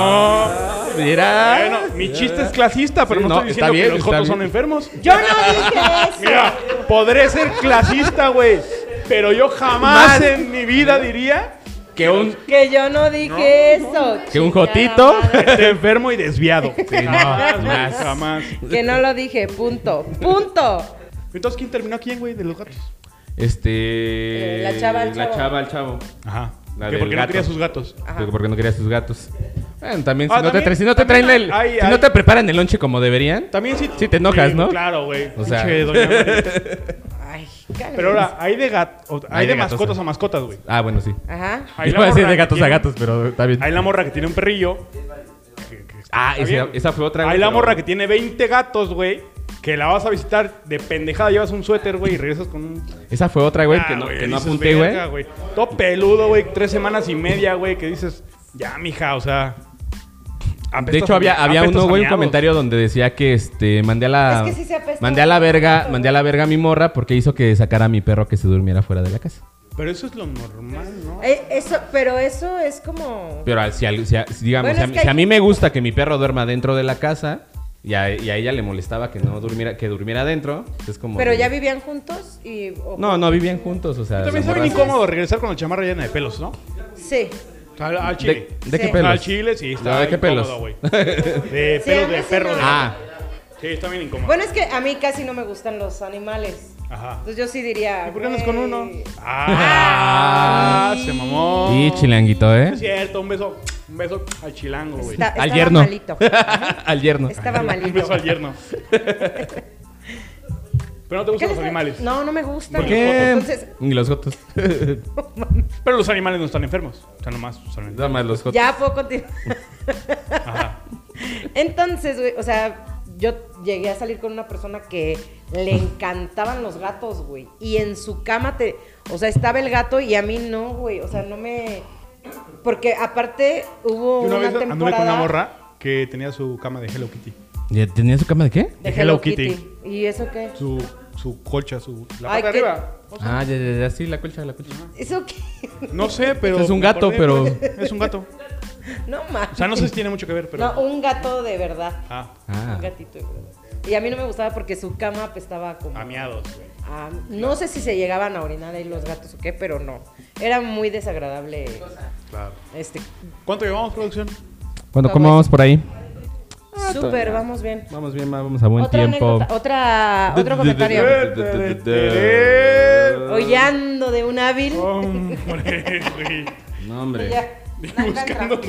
Speaker 3: Mira.
Speaker 4: Bueno, mi chiste es clasista, pero
Speaker 3: Ah. Sí,
Speaker 4: no,
Speaker 3: no,
Speaker 4: estoy
Speaker 3: está
Speaker 4: diciendo que
Speaker 3: bien,
Speaker 4: los
Speaker 3: está
Speaker 4: jotos
Speaker 3: bien.
Speaker 4: son enfermos.
Speaker 2: Yo no dije eso.
Speaker 4: Mira, podré ser clasista, güey. Pero yo jamás en mi vida diría
Speaker 3: que un.
Speaker 2: Que yo no dije eso.
Speaker 3: Que un
Speaker 2: chingada
Speaker 3: jotito.
Speaker 2: madre.
Speaker 4: este enfermo y desviado.
Speaker 3: no,
Speaker 4: jamás, güey,
Speaker 3: jamás.
Speaker 4: jamás.
Speaker 2: Que no lo dije, punto. Punto.
Speaker 4: Entonces, ¿quién terminó a quién, güey, de los gatos?
Speaker 3: Este.
Speaker 2: Eh, la chava al
Speaker 3: La
Speaker 2: chavo.
Speaker 3: chava al chavo.
Speaker 4: Ajá.
Speaker 3: La
Speaker 4: que
Speaker 3: del
Speaker 4: porque no
Speaker 3: gato.
Speaker 4: quería sus gatos.
Speaker 2: Ajá.
Speaker 3: Digo, Porque no querías tus gatos. Bueno, también, si,
Speaker 4: Ah,
Speaker 3: no te
Speaker 4: también-
Speaker 3: tra- si no te
Speaker 4: también
Speaker 3: traen el.
Speaker 4: hay-
Speaker 3: si
Speaker 4: hay-
Speaker 3: no te preparan el lonche como deberían.
Speaker 4: También sí.
Speaker 3: Sí te enojas, ¿no?
Speaker 4: Claro, güey.
Speaker 3: O sea.
Speaker 4: Pinche doña María.
Speaker 2: Ay, cálmate.
Speaker 4: Pero ahora, hay de gato, hay,
Speaker 3: Hay
Speaker 4: de,
Speaker 3: de gatos,
Speaker 4: mascotas
Speaker 3: sí.
Speaker 4: a mascotas, güey.
Speaker 3: Ah, bueno, sí.
Speaker 2: Ajá.
Speaker 4: Hay
Speaker 3: Iba a decir de
Speaker 4: que
Speaker 3: gatos a
Speaker 4: tiene-
Speaker 3: gatos, pero está bien.
Speaker 4: Hay la morra que tiene un perrillo. que- que-
Speaker 3: Ah,
Speaker 4: está
Speaker 3: esa,
Speaker 4: bien.
Speaker 3: esa fue otra.
Speaker 4: Hay
Speaker 3: güey,
Speaker 4: la
Speaker 3: pero-
Speaker 4: morra que tiene 20 gatos, güey. Que la vas a visitar de pendejada, llevas un suéter, güey, y regresas con un.
Speaker 3: Esa fue otra, güey, que
Speaker 4: Ah,
Speaker 3: no, que
Speaker 4: güey,
Speaker 3: no
Speaker 4: dices,
Speaker 3: apunté,
Speaker 4: "Verga,
Speaker 3: güey.
Speaker 4: Todo peludo, güey, tres semanas y media, güey, que dices, ya, mija, o sea.
Speaker 3: De
Speaker 4: apestas
Speaker 3: hecho,
Speaker 4: a-
Speaker 3: había, había
Speaker 4: apestas
Speaker 3: uno,
Speaker 4: a
Speaker 3: güey, un
Speaker 4: miados.
Speaker 3: comentario donde decía que este mandé a la.
Speaker 2: Es que sí se apesta.
Speaker 3: mandé a la verga, mandé a la verga a mi morra porque hizo que sacara a mi perro que se durmiera fuera de la casa.
Speaker 4: Pero eso es lo normal, ¿no?
Speaker 2: Eh, eso, pero eso es como.
Speaker 3: Pero al- si, al- si a- si, digamos,
Speaker 2: Bueno,
Speaker 3: si a,
Speaker 2: es
Speaker 3: mí-
Speaker 2: que
Speaker 3: si a
Speaker 2: hay-
Speaker 3: mí me gusta que mi perro duerma dentro de la casa y a, y a ella le molestaba que no durmiera, que durmiera adentro, es como.
Speaker 2: Pero
Speaker 3: de-
Speaker 2: ya vivían juntos y. o-
Speaker 3: No, no vivían juntos, o sea.
Speaker 4: También
Speaker 3: la
Speaker 4: está bien
Speaker 3: morra-
Speaker 4: incómodo regresar con la chamarra llena de pelos, ¿no?
Speaker 2: Sí.
Speaker 4: O sea, al- al chile.
Speaker 3: ¿De, de
Speaker 2: Sí.
Speaker 3: qué
Speaker 4: O sea,
Speaker 3: pelos?
Speaker 4: Al chile, sí, está
Speaker 3: No, ¿de qué
Speaker 4: incómodo,
Speaker 3: pelos?
Speaker 4: güey. De
Speaker 2: Sí, a
Speaker 4: pelos
Speaker 2: mí
Speaker 4: de
Speaker 2: sí
Speaker 4: perro.
Speaker 2: no.
Speaker 4: de-
Speaker 3: Ah,
Speaker 4: Sí, está bien incómodo.
Speaker 2: Bueno, es que a mí casi no me gustan los animales.
Speaker 4: Ajá.
Speaker 2: Entonces yo sí diría.
Speaker 4: ¿Y Ah, por qué andas con uno?
Speaker 2: güey.
Speaker 4: Ah, se mamó.
Speaker 3: y chilanguito, ¿eh?
Speaker 4: Es cierto, un beso, un beso al chilango, güey.
Speaker 2: Está-
Speaker 3: Al
Speaker 2: estaba
Speaker 3: yerno.
Speaker 2: malito.
Speaker 3: al yerno.
Speaker 2: Estaba
Speaker 4: Un
Speaker 2: malito.
Speaker 4: beso al yerno. Pero no te
Speaker 2: ¿Qué
Speaker 4: gustan
Speaker 2: les
Speaker 4: los
Speaker 2: tra-
Speaker 4: animales.
Speaker 2: No, no me gustan.
Speaker 4: ¿Por
Speaker 3: ¿Qué?
Speaker 2: Entonces,
Speaker 3: Y los gotos.
Speaker 4: Pero los animales no están enfermos. O sea, nomás son
Speaker 3: Nada más los gotos.
Speaker 2: ya puedo continuar.
Speaker 4: Ajá.
Speaker 2: Entonces, güey, o sea, yo llegué a salir con una persona que le encantaban los gatos, güey. Y en su cama te. O sea, estaba el gato y a mí no, güey. O sea, no me. Porque aparte hubo
Speaker 4: Yo una
Speaker 2: una,
Speaker 4: vez anduve
Speaker 2: temporada
Speaker 4: con una morra que tenía su cama de Hello Kitty.
Speaker 3: ¿Ya ¿Tenía su cama de qué?
Speaker 2: de
Speaker 4: de
Speaker 2: Hello
Speaker 4: Hello
Speaker 2: Kitty.
Speaker 4: Kitty.
Speaker 2: ¿Y eso qué?
Speaker 4: Su, su colcha, su. La
Speaker 2: Ay,
Speaker 4: parte de
Speaker 2: qué-
Speaker 4: arriba.
Speaker 3: Ah, ya, ya, ya, sí, la colcha, la colcha.
Speaker 2: ¿Eso qué?
Speaker 4: No sé, pero.
Speaker 3: Es un
Speaker 4: me
Speaker 3: gato,
Speaker 4: acordé,
Speaker 3: pero-
Speaker 4: güey. Es un gato.
Speaker 2: No mames.
Speaker 4: O sea, no sé si tiene mucho que ver, pero.
Speaker 2: No, un gato de verdad.
Speaker 4: Ah,
Speaker 3: Ah,
Speaker 2: Un gatito de verdad. Y a mí no me gustaba porque su cama apestaba como.
Speaker 4: amiados, güey.
Speaker 3: Ah,
Speaker 2: a- no sé si se llegaban a orinar ahí los gatos o qué, pero no. Era muy desagradable.
Speaker 4: Claro.
Speaker 2: Este.
Speaker 4: ¿Cuánto llevamos, producción?
Speaker 3: bueno,
Speaker 2: todo
Speaker 3: ¿cómo vamos
Speaker 2: eso.
Speaker 3: por ahí?
Speaker 2: Súper, vamos bien.
Speaker 3: Vamos bien, ma, vamos a Ah, pues buen
Speaker 2: otra
Speaker 3: tiempo.
Speaker 2: anécdota, otra, otro comentario. Hollando de un hábil.
Speaker 4: Hombre, güey.
Speaker 3: No, Oh, hombre.
Speaker 2: Ya.
Speaker 4: Buscando.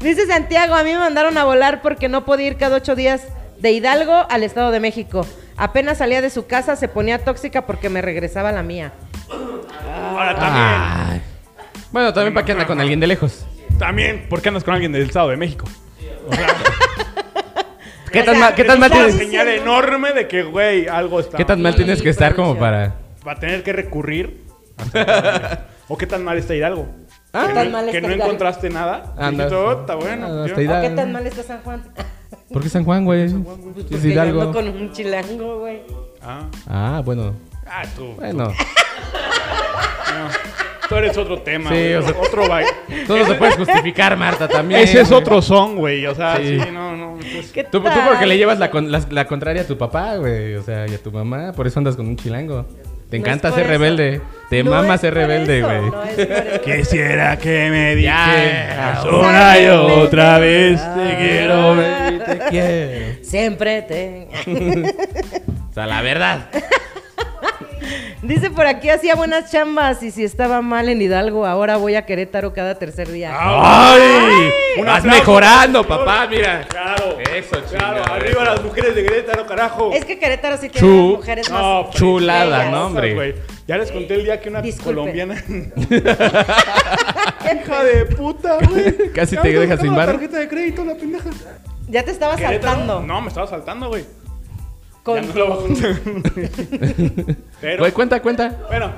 Speaker 2: Dice Santiago, a mí me mandaron a volar porque no podía ir cada ocho días de Hidalgo al Estado de México. Apenas salía de su casa se ponía tóxica porque me regresaba a la mía. Oh,
Speaker 4: Ahora también.
Speaker 3: Ay. Ah. Bueno, también para que anda con alguien de lejos.
Speaker 4: También, ¿por qué andas con alguien del Estado de México?
Speaker 3: ¿Qué
Speaker 2: O
Speaker 3: tan
Speaker 2: sea,
Speaker 3: mal, qué tan
Speaker 2: ¿qué
Speaker 3: mal
Speaker 2: tal?
Speaker 4: Una
Speaker 3: tienes,
Speaker 4: señal enorme de que, güey, algo está.
Speaker 3: qué tan mal
Speaker 2: Sí,
Speaker 3: tienes que estar como
Speaker 2: producción.
Speaker 3: para...?
Speaker 4: Va a tener que recurrir. hasta- o qué tan mal está Hidalgo.
Speaker 3: Ah.
Speaker 4: que
Speaker 2: Tan
Speaker 4: no,
Speaker 2: mal
Speaker 4: que
Speaker 2: está
Speaker 4: no
Speaker 2: Hidalgo.
Speaker 4: encontraste nada.
Speaker 3: Ah,
Speaker 4: Dijiste,
Speaker 3: no.
Speaker 4: "Oh, está bueno.
Speaker 3: Ah,
Speaker 4: tío".
Speaker 3: hasta Hidalgo.
Speaker 2: ¿O qué tan mal está San Juan?
Speaker 3: ¿Por qué San Juan, güey?
Speaker 2: Pues
Speaker 3: Es
Speaker 2: porque yo ando
Speaker 3: Hidalgo.
Speaker 2: con un chilango, güey.
Speaker 4: Ah,
Speaker 3: Ah, bueno.
Speaker 4: ah, tú.
Speaker 3: Bueno.
Speaker 4: Tú eres otro tema.
Speaker 3: Sí,
Speaker 4: güey,
Speaker 3: o sea-
Speaker 4: otro baile.
Speaker 3: Todo se puede justificar, Marta, también.
Speaker 4: Ese es
Speaker 3: güey.
Speaker 4: otro son, güey. O sea, sí,
Speaker 3: Sí.
Speaker 4: no, no. pues, entonces-
Speaker 2: ¿Qué
Speaker 3: Tú, tú
Speaker 2: tal?
Speaker 3: porque le llevas la, con- la- la contraria a tu papá, güey. O sea, y a tu mamá. Por eso andas con un chilango. Te
Speaker 2: No
Speaker 3: encanta
Speaker 2: es por
Speaker 3: ser
Speaker 2: eso.
Speaker 3: rebelde. Te
Speaker 2: No
Speaker 3: mama
Speaker 2: es
Speaker 3: ser
Speaker 2: por
Speaker 3: rebelde,
Speaker 2: eso,
Speaker 3: güey.
Speaker 2: no es por eso.
Speaker 4: Quisiera que me dijeras
Speaker 3: Ya.
Speaker 4: una y
Speaker 2: Sáquenme
Speaker 4: otra
Speaker 2: de
Speaker 4: vez te
Speaker 2: acá.
Speaker 4: quiero ver.
Speaker 3: baby, te quiero.
Speaker 2: Siempre te...
Speaker 3: O sea, la verdad.
Speaker 2: Dice por aquí, hacía buenas chambas y si estaba mal en Hidalgo, ahora voy a Querétaro cada tercer día.
Speaker 4: Ah, ¡Ay! Un
Speaker 3: Vas
Speaker 4: aplauso.
Speaker 3: mejorando, papá, mira.
Speaker 4: Claro.
Speaker 3: Eso,
Speaker 4: Claro,
Speaker 3: chingada,
Speaker 4: arriba
Speaker 3: eso.
Speaker 4: las mujeres de Querétaro, carajo.
Speaker 2: Es que Querétaro sí tiene
Speaker 3: Chu-
Speaker 2: las mujeres más...
Speaker 4: oh. No,
Speaker 3: Chulada,
Speaker 2: Bellas.
Speaker 3: ¿no, hombre?
Speaker 4: güey. Ya les conté el día que una
Speaker 2: Disculpe.
Speaker 4: colombiana. Hija de puta, güey.
Speaker 3: Casi
Speaker 4: Ya
Speaker 3: te
Speaker 4: me
Speaker 3: deja
Speaker 4: sacó
Speaker 3: sin
Speaker 4: la
Speaker 3: bar.
Speaker 4: tarjeta de crédito, la pendeja.
Speaker 2: Ya te estaba
Speaker 4: ¿Querétaro?
Speaker 2: saltando.
Speaker 4: No, me estaba saltando, güey.
Speaker 2: Con-
Speaker 4: Ya no lo voy a contar. Pero,
Speaker 3: Güey, cuenta, cuenta.
Speaker 4: bueno.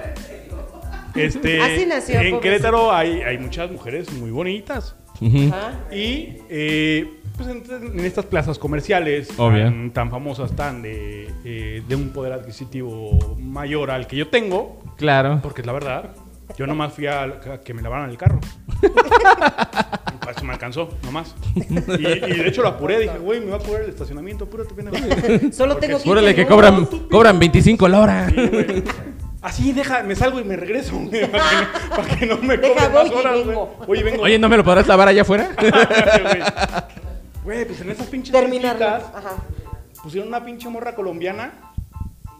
Speaker 4: Este,
Speaker 2: Así nació,
Speaker 4: en
Speaker 2: pobrecito.
Speaker 4: Querétaro hay, hay muchas mujeres muy bonitas.
Speaker 3: Ujú.
Speaker 2: Ajá.
Speaker 4: Y eh, pues en, en estas plazas comerciales
Speaker 3: Obvio.
Speaker 4: tan, tan famosas, tan de, eh, de un poder adquisitivo mayor al que yo tengo,
Speaker 3: Claro.
Speaker 4: porque es la verdad, yo nomás fui a, a que me lavaran el carro. Para eso me alcanzó, nomás. Y, y de hecho lo apuré, dije, güey, me va a cobrar el estacionamiento, apúrate, pendejo.
Speaker 2: Solo
Speaker 4: Porque
Speaker 2: tengo
Speaker 4: sí,
Speaker 3: Júrale que
Speaker 2: minutos.
Speaker 3: cobran, cobran 25 la hora.
Speaker 4: Sí, güey. Así, deja, me salgo y me regreso, güey, para que, no- para que no me
Speaker 2: Deja,
Speaker 4: cobren
Speaker 2: voy
Speaker 4: más
Speaker 2: y
Speaker 4: horas, güey.
Speaker 2: vengo.
Speaker 4: Oye, vengo.
Speaker 3: Oye, ¿no me lo podrás lavar allá afuera?
Speaker 4: Güey. Güey, pues en esas pinches
Speaker 2: Terminarlo.
Speaker 4: tienditas,
Speaker 2: Ajá.
Speaker 4: pusieron una pinche morra colombiana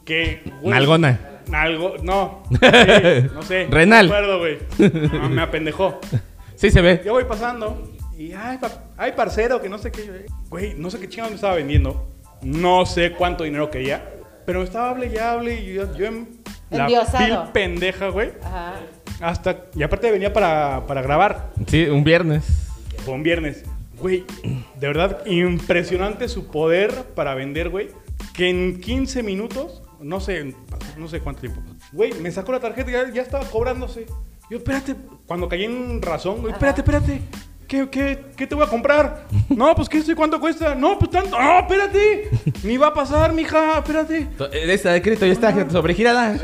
Speaker 4: que. güey,
Speaker 3: Nalgona.
Speaker 4: Nalgo, no. sí, no sé.
Speaker 3: Renal.
Speaker 4: No me acuerdo, güey. No, me apendejó.
Speaker 3: Sí se ve.
Speaker 4: Yo voy pasando y, ay, pa- ay, parcero, que no sé qué. Güey, no sé qué chingados me estaba vendiendo. No sé cuánto dinero quería. Pero me estaba hable y hable y yo, yo en la
Speaker 2: Endiosado.
Speaker 4: vil pendeja, güey.
Speaker 2: Ajá.
Speaker 4: Hasta. Y aparte venía para, para grabar.
Speaker 3: Sí, un viernes.
Speaker 4: Fue un viernes. Güey, de verdad, impresionante su poder para vender, güey. Que en 15 minutos, no sé, no sé cuánto tiempo. Güey, me sacó la tarjeta y ya, ya estaba cobrándose. Yo, espérate, cuando caí en razón, güey, espérate, espérate. ¿Qué, qué, ¿Qué te voy a comprar? No, pues qué sé cuánto cuesta. No, pues tanto. No, espérate. Ni va a pasar, mija, espérate.
Speaker 3: To- eh, Esta de crédito ya está sobregirada.
Speaker 4: No,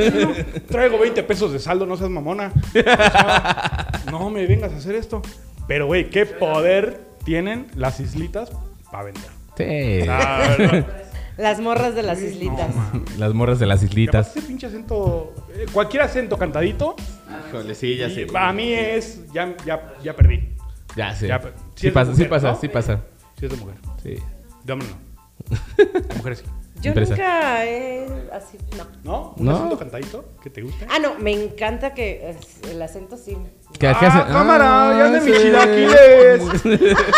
Speaker 4: Traigo 20 pesos de saldo, no seas mamona. O sea, no me vengas a hacer esto. Pero, güey, qué poder tienen las islitas para vender.
Speaker 3: Sí.
Speaker 4: La verdad.
Speaker 2: Las morras de las islitas.
Speaker 4: No, mames.
Speaker 3: Las morras de las
Speaker 4: Y aparte
Speaker 3: islitas.
Speaker 4: ese pinche acento, eh, cualquier acento cantadito,
Speaker 3: Híjole, sí, ya
Speaker 4: y a mí es, ya, ya, ya perdí.
Speaker 3: Ya sé.
Speaker 4: Ya, pero- si
Speaker 3: Sí
Speaker 4: es
Speaker 3: pasa, sí
Speaker 4: mujer,
Speaker 3: pasa,
Speaker 4: ¿no?
Speaker 3: sí pasa.
Speaker 4: Si es de mujer,
Speaker 3: Sí.
Speaker 4: de hombre no. De mujer sí.
Speaker 2: Yo
Speaker 3: Impresa.
Speaker 2: nunca he así, no.
Speaker 4: ¿No? ¿Un
Speaker 3: No.
Speaker 4: acento cantadito que te guste?
Speaker 2: Ah, no, me encanta que es, el acento sí.
Speaker 3: ¿Qué,
Speaker 4: Ah,
Speaker 3: qué hace?
Speaker 4: cámara, ya de
Speaker 3: sí.
Speaker 4: mis chilaquiles.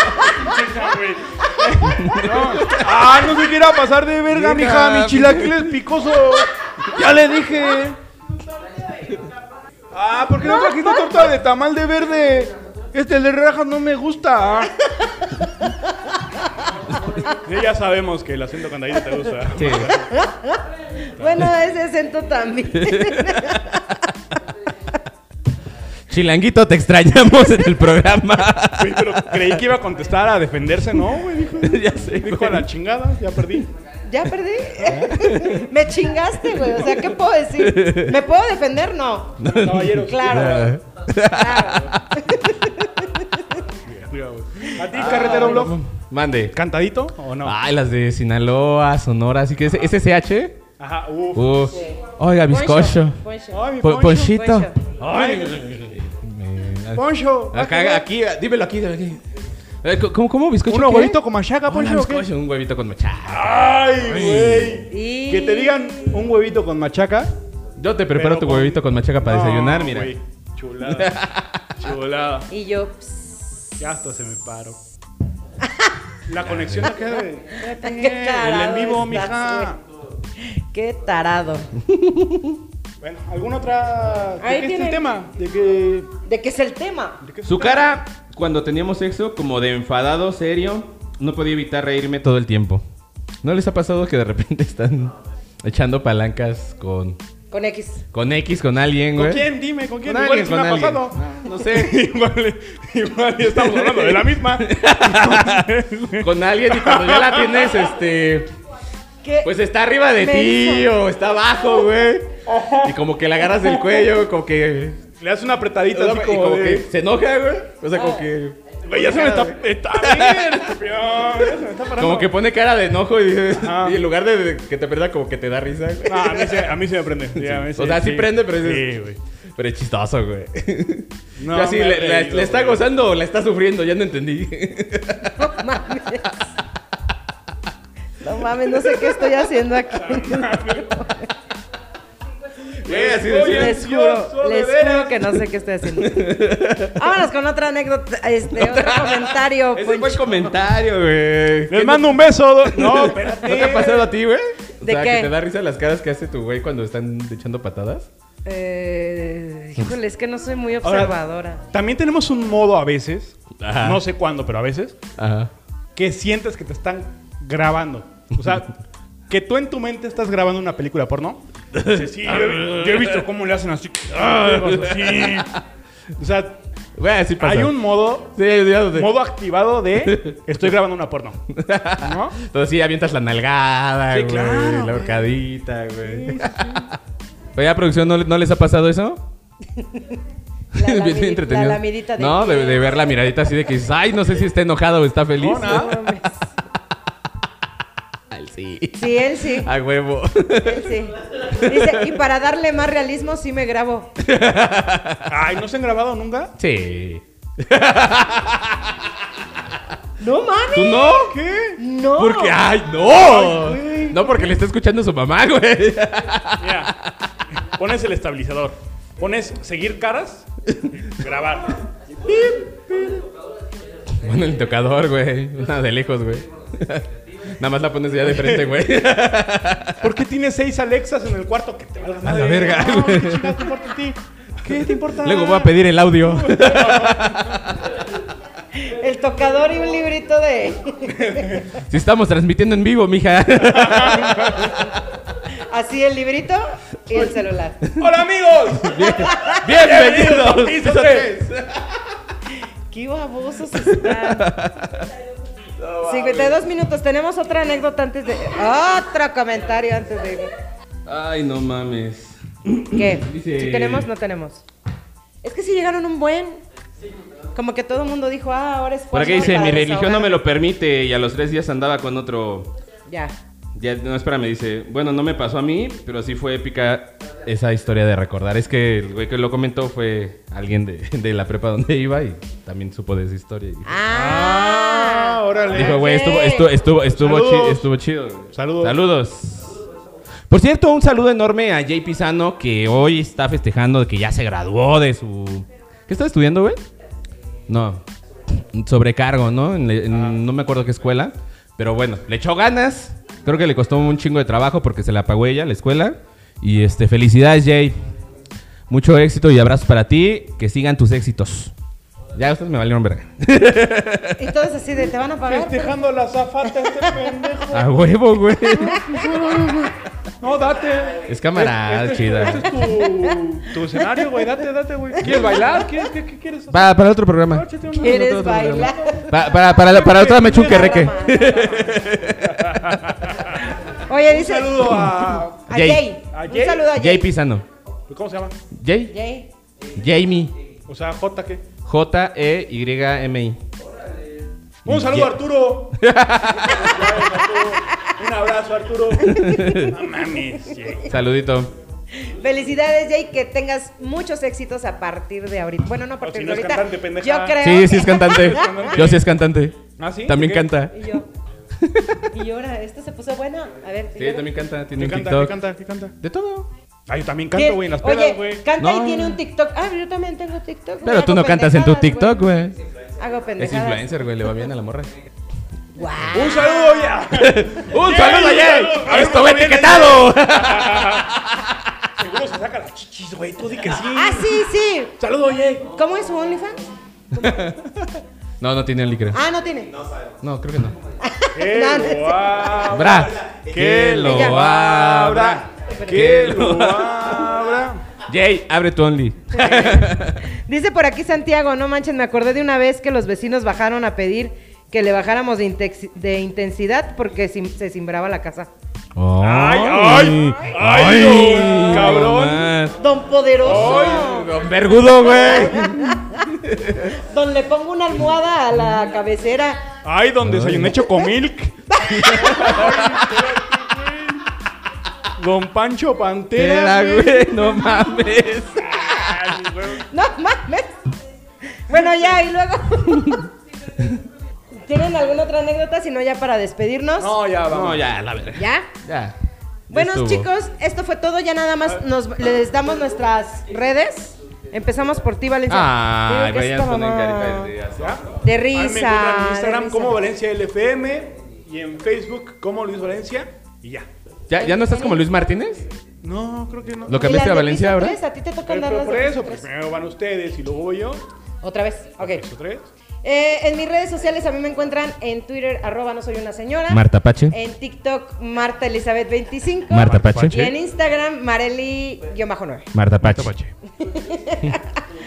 Speaker 4: No. Ah, no se quiera pasar de verga,
Speaker 3: Mija.
Speaker 4: mija. Mi chilaquiles picoso. Ya le dije. Ah, ¿por qué no trajiste torta de tamal de verde? Este de rajas no me gusta. Sí, ya sabemos que el acento cantadito te gusta.
Speaker 3: Sí.
Speaker 2: Bueno, ese acento también.
Speaker 3: Chilanguito, te extrañamos en el programa.
Speaker 4: Güey, pero creí que iba a contestar a defenderse, ¿no? güey? Dijo,
Speaker 3: Ya sé,
Speaker 4: dijo
Speaker 3: güey.
Speaker 4: a la chingada, ya perdí.
Speaker 2: ya perdí. me chingaste, güey. O sea, ¿qué puedo decir? ¿Me puedo defender? No.
Speaker 4: Caballeros.
Speaker 2: Claro. Claro.
Speaker 4: ¿A ti, carretero blog?
Speaker 3: Mande.
Speaker 4: ¿Cantadito o no?
Speaker 3: Ay, las de Sinaloa, Sonora, así que ese SH.
Speaker 4: Ajá, uh. uff.
Speaker 3: Uf.
Speaker 2: Sí.
Speaker 3: Oiga, bizcocho.
Speaker 2: Poncho, Poncho.
Speaker 4: Ay, mi
Speaker 3: Po-
Speaker 4: Poncho.
Speaker 3: Ponchito.
Speaker 2: Poncho.
Speaker 4: Ay,
Speaker 3: Eh,
Speaker 4: Poncho.
Speaker 3: Acá, aquí, dímelo aquí, dímelo aquí. Eh, co- ¿Cómo, cómo bizcocho?
Speaker 4: ¿Uno
Speaker 3: qué?
Speaker 4: huevito con machaca,
Speaker 3: Hola,
Speaker 4: Poncho? o qué?
Speaker 3: bizcocho, un huevito con machaca.
Speaker 4: Ay, güey.
Speaker 2: Y-
Speaker 4: Que te digan un huevito con machaca.
Speaker 3: Yo te preparo
Speaker 4: Pero
Speaker 3: tu
Speaker 4: con-
Speaker 3: huevito con machaca para
Speaker 4: No,
Speaker 3: desayunar, mira.
Speaker 4: güey, Chulada. Chulada.
Speaker 2: Y yo, pss,
Speaker 4: Ya hasta se me paro. La conexión acá de.
Speaker 2: Qué
Speaker 4: Eh, El en
Speaker 2: tarado
Speaker 4: vivo,
Speaker 2: estás,
Speaker 4: mija.
Speaker 2: qué tarado.
Speaker 4: Bueno, ¿alguna otra. ¿De
Speaker 2: Ahí
Speaker 4: qué es el
Speaker 2: tiene-
Speaker 4: tema? ¿De que
Speaker 2: ¿De qué es el tema?
Speaker 4: de qué es
Speaker 3: Su
Speaker 4: el tema?
Speaker 3: cara, cuando teníamos sexo, como de enfadado, serio, no podía evitar reírme todo el tiempo. ¿No les ha pasado que de repente están echando palancas con,
Speaker 2: Con X.
Speaker 3: con X, con alguien, güey?
Speaker 4: ¿Con quién? Dime, ¿con quién?
Speaker 3: ¿Eh? Con
Speaker 4: Igual
Speaker 3: alguien,
Speaker 4: es una
Speaker 3: con alguien. Ah,
Speaker 4: pasado.
Speaker 3: No sé.
Speaker 4: igual, igual ya estamos hablando de la misma.
Speaker 3: Con alguien y cuando ya la tienes, este...
Speaker 2: ¿Qué?
Speaker 3: Pues está arriba de
Speaker 2: Me
Speaker 3: ti
Speaker 2: hizo.
Speaker 3: o está abajo, güey. Y como que la agarras del cuello, como que...
Speaker 4: Le das una apretadita así
Speaker 3: Y
Speaker 4: como,
Speaker 3: como que
Speaker 4: de...
Speaker 3: se enoja, güey. O sea, como que...
Speaker 4: Güey, ya se me está... Está bien, estúpido, ya se me está parando.
Speaker 3: Como que pone cara de enojo y,
Speaker 4: Ajá.
Speaker 3: y en lugar de que te perda, como que te da risa, güey.
Speaker 4: No, a mí, se, a mí se me prende. sí, a mí
Speaker 3: O sea, sí prende, pero dices-
Speaker 4: Sí, güey.
Speaker 3: Pero es chistoso, güey.
Speaker 4: No
Speaker 3: Yo así,
Speaker 4: me
Speaker 3: le,
Speaker 4: he
Speaker 3: le-
Speaker 4: reído,
Speaker 3: le está
Speaker 4: güey.
Speaker 3: gozando o la está sufriendo? Ya no entendí.
Speaker 2: No mames. No mames, no sé qué estoy haciendo aquí.
Speaker 3: Güey, así
Speaker 4: Oye,
Speaker 3: decía.
Speaker 2: Les juro, les juro que no sé qué estoy haciendo. Vámonos con otra anécdota, este, otro comentario.
Speaker 3: Ese fue el
Speaker 2: Poncho.
Speaker 3: comentaado, güey.
Speaker 4: Les
Speaker 3: ¿Qué
Speaker 4: mando un beso. do- No, espérate.
Speaker 3: ¿No te ha pasado a ti, güey? O
Speaker 2: ¿De
Speaker 3: sea,
Speaker 2: qué?
Speaker 3: que te da risa las caras que hace tu güey cuando están echando patadas.
Speaker 2: Eh, híjole, es que no soy muy
Speaker 4: Ahora-
Speaker 2: observadora.
Speaker 4: También tenemos un modo a veces,
Speaker 3: Ajá.
Speaker 4: no sé cuándo, pero a veces,
Speaker 3: Ajá.
Speaker 4: que sientes que te están grabando. O sea, que tú en tu mente estás grabando una película porno. Dice, sí, yo, he- yo he visto cómo le hacen así. ah, así. O sea,
Speaker 3: Güey, así pasa.
Speaker 4: hay un modo,
Speaker 3: Sí, hay un día donde-
Speaker 4: modo activado de estoy grabando una porno. ¿No?
Speaker 3: Entonces sí, avientas la nalgada,
Speaker 4: Sí,
Speaker 3: güey.
Speaker 4: claro, güey.
Speaker 3: la horcadita, güey. Oye, ¿a producción no, le- no les ha pasado eso?
Speaker 2: La,
Speaker 3: Bien
Speaker 2: lamidi-
Speaker 3: entretenido.
Speaker 2: la lamidita de
Speaker 3: No, de, de ver la miradita así de que dices, ay, no sé si está enojado o está feliz.
Speaker 4: No, nada.
Speaker 3: Ay, sí.
Speaker 2: Sí, él sí.
Speaker 3: A huevo.
Speaker 2: Él sí. Dice, y para darle más realismo, sí me grabo.
Speaker 4: Ay, ¿no se han grabado nunca?
Speaker 3: Sí.
Speaker 2: ¡No mames!
Speaker 3: ¿Tú no?
Speaker 4: ¿Qué?
Speaker 2: ¡No!
Speaker 3: Porque, ay, no. no, porque le está escuchando su mamá, güey.
Speaker 4: Mira, pones el estabilizador, pones seguir caras, grabar.
Speaker 3: Bueno, el tocador, güey. Una de lejos, güey. Nada más la pones ya de frente, güey.
Speaker 4: ¿Por qué tienes seis Alexas en el cuarto que te valga
Speaker 3: la
Speaker 4: madre?
Speaker 3: verga,
Speaker 4: No,
Speaker 3: güey.
Speaker 4: ¿qué chingados te importa a ti? ¿Qué te importa?
Speaker 3: Luego voy a pedir el audio.
Speaker 2: El tocador y un librito de...
Speaker 3: Si estamos transmitiendo en vivo, mija.
Speaker 2: Así el librito y el celular.
Speaker 4: ¡Hola, amigos!
Speaker 3: Bienvenidos.
Speaker 4: a Piso tres.
Speaker 2: ¡Qué babosos están! 52 minutos. Tenemos otra anécdota antes de... Otro comentario antes de...
Speaker 3: Ay, no mames.
Speaker 2: ¿Qué?
Speaker 3: Dice-
Speaker 2: Si tenemos, no tenemos. Es que si llegaron un buen... Como que todo el mundo dijo, ah, ahora es...
Speaker 3: Por
Speaker 2: porno
Speaker 3: aquí dice,
Speaker 2: para
Speaker 3: mi religión no me
Speaker 2: desahogarme".
Speaker 3: lo permite y a los tres días andaba con otro...
Speaker 2: Ya.
Speaker 3: Ya, no, espérame, dice, bueno, no me pasó a mí, pero sí fue épica esa historia de recordar. Es que el güey que lo comentó fue alguien de, de la prepa donde iba y también supo de esa historia. y dijo-
Speaker 4: Ah,
Speaker 2: Ah,
Speaker 4: órale.
Speaker 3: Dijo, güey, estuvo,
Speaker 2: ok.
Speaker 3: estuvo, estuvo, estuvo,
Speaker 4: Saludos.
Speaker 3: chi- estuvo chido. güey".
Speaker 4: Saludos.
Speaker 3: Saludos. Por cierto, un saludo enorme a Jay Pisano que hoy está festejando de que ya se graduó de su... ¿Qué está estudiando, güey? No. Sobrecargo, ¿no? En le- en- No me acuerdo qué escuela. Pero bueno, le echó ganas. Creo que le costó un chingo de trabajo porque se la pagó ella, la escuela. Y este, felicidades, Jay. Mucho éxito y abrazos para ti. Que sigan tus éxitos. Ya ustedes me valieron verga.
Speaker 2: Y todos así de, ¿te van a pagar?
Speaker 3: Este
Speaker 4: Festejando la zafata este pendejo.
Speaker 3: A huevo, güey.
Speaker 4: No, date.
Speaker 3: Es camarada,
Speaker 4: Este- este-
Speaker 3: chida.
Speaker 4: Este es tu, tu escenario, güey. Date, date, güey. ¿Quieres bailar? ¿Quieres, qué, qué quieres hacer?
Speaker 3: Para, para otro programa.
Speaker 4: Échate una-
Speaker 2: ¿Quieres bailar?
Speaker 3: Pa- para, para, la- para otra mechunquerreque.
Speaker 2: Oye,
Speaker 4: Un
Speaker 2: dice...
Speaker 4: saludo a...
Speaker 2: A
Speaker 3: Jay.
Speaker 2: Jay.
Speaker 4: A
Speaker 2: Un
Speaker 4: Jay.
Speaker 2: saludo a
Speaker 3: Jay
Speaker 2: Jay.
Speaker 3: Pisano.
Speaker 4: ¿Cómo se llama?
Speaker 3: Jay.
Speaker 2: Jay.
Speaker 3: Jamie. E
Speaker 4: O sea, J, ¿qué?
Speaker 3: J-E-Y-M-I.
Speaker 4: Un saludo
Speaker 3: Ya.
Speaker 4: a Arturo. Un abrazo, Arturo. No mames, Jay.
Speaker 3: Saludito.
Speaker 2: Felicidades, Jay, que tengas muchos éxitos a partir de ahorita. Bueno, no a partir
Speaker 4: si
Speaker 2: de
Speaker 4: no es
Speaker 2: ahorita.
Speaker 4: cantante, pendeja.
Speaker 2: Yo creo.
Speaker 3: Sí, sí es cantante.
Speaker 4: cantante.
Speaker 3: Yo sí es cantante.
Speaker 4: ¿Ah, sí?
Speaker 3: También
Speaker 4: ¿De qué?
Speaker 3: canta.
Speaker 2: Y yo. Y ahora, esto se puso bueno. A ver.
Speaker 3: Sí, también canta. Tiene
Speaker 4: ¿Qué
Speaker 3: un
Speaker 4: canta? ¿Qué
Speaker 3: TikTok.
Speaker 4: canta? ¿Qué canta?
Speaker 3: De todo.
Speaker 4: Ah, yo también canto, güey, en las pedas,
Speaker 2: Oye,
Speaker 4: güey.
Speaker 2: canta
Speaker 3: No.
Speaker 2: y tiene un TikTok. Ah, pero yo también tengo TikTok. güey,
Speaker 3: Pero tú
Speaker 2: hago
Speaker 3: no cantas en tu
Speaker 2: pendejadas,
Speaker 3: TikTok, güey.
Speaker 2: Hago
Speaker 3: Es
Speaker 2: pendejadas.
Speaker 3: influencer, güey. Le va bien a la morra.
Speaker 2: Guau.
Speaker 4: Un saludo ya.
Speaker 3: ¡Un
Speaker 4: saludo
Speaker 3: saludo
Speaker 4: a Jay!
Speaker 3: ayer!
Speaker 4: ¡Estuvo
Speaker 3: ¡Estuve etiquetado!
Speaker 4: Seguro se saca las chichis, güey. Tú di que sí.
Speaker 2: Ah, sí, sí.
Speaker 4: Saludo, Jay.
Speaker 2: ¿Cómo es su OnlyFans?
Speaker 3: No, no tiene licra.
Speaker 2: Ah, no tiene.
Speaker 3: No, creo que no.
Speaker 4: Que
Speaker 2: No, no es
Speaker 4: lo abra.
Speaker 3: Bra.
Speaker 4: Que lo
Speaker 2: Ya.
Speaker 4: abra. Que lo abra.
Speaker 3: Jay, abre tu only.
Speaker 2: Dice por aquí Santiago, no manches, me acordé de una vez que los vecinos bajaron a pedir que le bajáramos de, intex- de intensidad porque sim- se simbraba la casa.
Speaker 4: Ay, ay, ay, don cabrón.
Speaker 3: nomás.
Speaker 2: Don Poderoso.
Speaker 3: Don Vergudo, güey.
Speaker 2: Don le pongo una almohada a la cabecera.
Speaker 4: Ay, donde desayuné chocomilk. Don Pancho Pantera.
Speaker 3: Era,
Speaker 4: güey.
Speaker 3: güey, no mames.
Speaker 4: Ay, güey.
Speaker 2: No mames. Bueno, ya, y luego. ¿Tienen alguna otra anécdota? Si no, ya para despedirnos.
Speaker 4: No, ya vamos.
Speaker 3: No, ya, la verga.
Speaker 2: ¿Ya?
Speaker 3: Ya. ya
Speaker 2: Bueno,
Speaker 3: estuvo.
Speaker 2: chicos, esto fue todo. Ya nada más nos, les damos nuestras redes. Empezamos por ti, Valencia.
Speaker 3: Ay,
Speaker 2: Digo que
Speaker 3: vayan
Speaker 2: esta
Speaker 3: a poner
Speaker 2: mamá-
Speaker 3: carita de asco.
Speaker 4: ¿Ya?
Speaker 2: De
Speaker 4: Ah, me
Speaker 2: risa.
Speaker 4: encuentran en Instagram
Speaker 2: de risa.
Speaker 4: como Valencia LFM y en Facebook como Luis Valencia y ya.
Speaker 3: ¿Ya, ¿Ya no estás como Luis Martínez?
Speaker 4: No, creo que no.
Speaker 3: Lo
Speaker 2: ¿Y
Speaker 3: cambiaste
Speaker 2: las de
Speaker 3: a Valencia
Speaker 2: piso
Speaker 3: ahora.
Speaker 2: tres? A ti te tocan
Speaker 4: Pero-
Speaker 2: dar
Speaker 4: pero
Speaker 2: las
Speaker 4: por
Speaker 2: de
Speaker 4: eso,
Speaker 2: piso
Speaker 4: pues
Speaker 2: tres.
Speaker 4: primero van ustedes y luego voy yo.
Speaker 2: Otra vez, ok.
Speaker 4: Esos tres.
Speaker 2: Eh, en mis redes sociales a mí me encuentran en Twitter, arroba no soy una señora.
Speaker 3: Marta Pache.
Speaker 2: En TikTok, Marta Elizabeth 25.
Speaker 3: Marta Pache.
Speaker 2: Y en Instagram, Mareli-9.
Speaker 3: Marta Pache.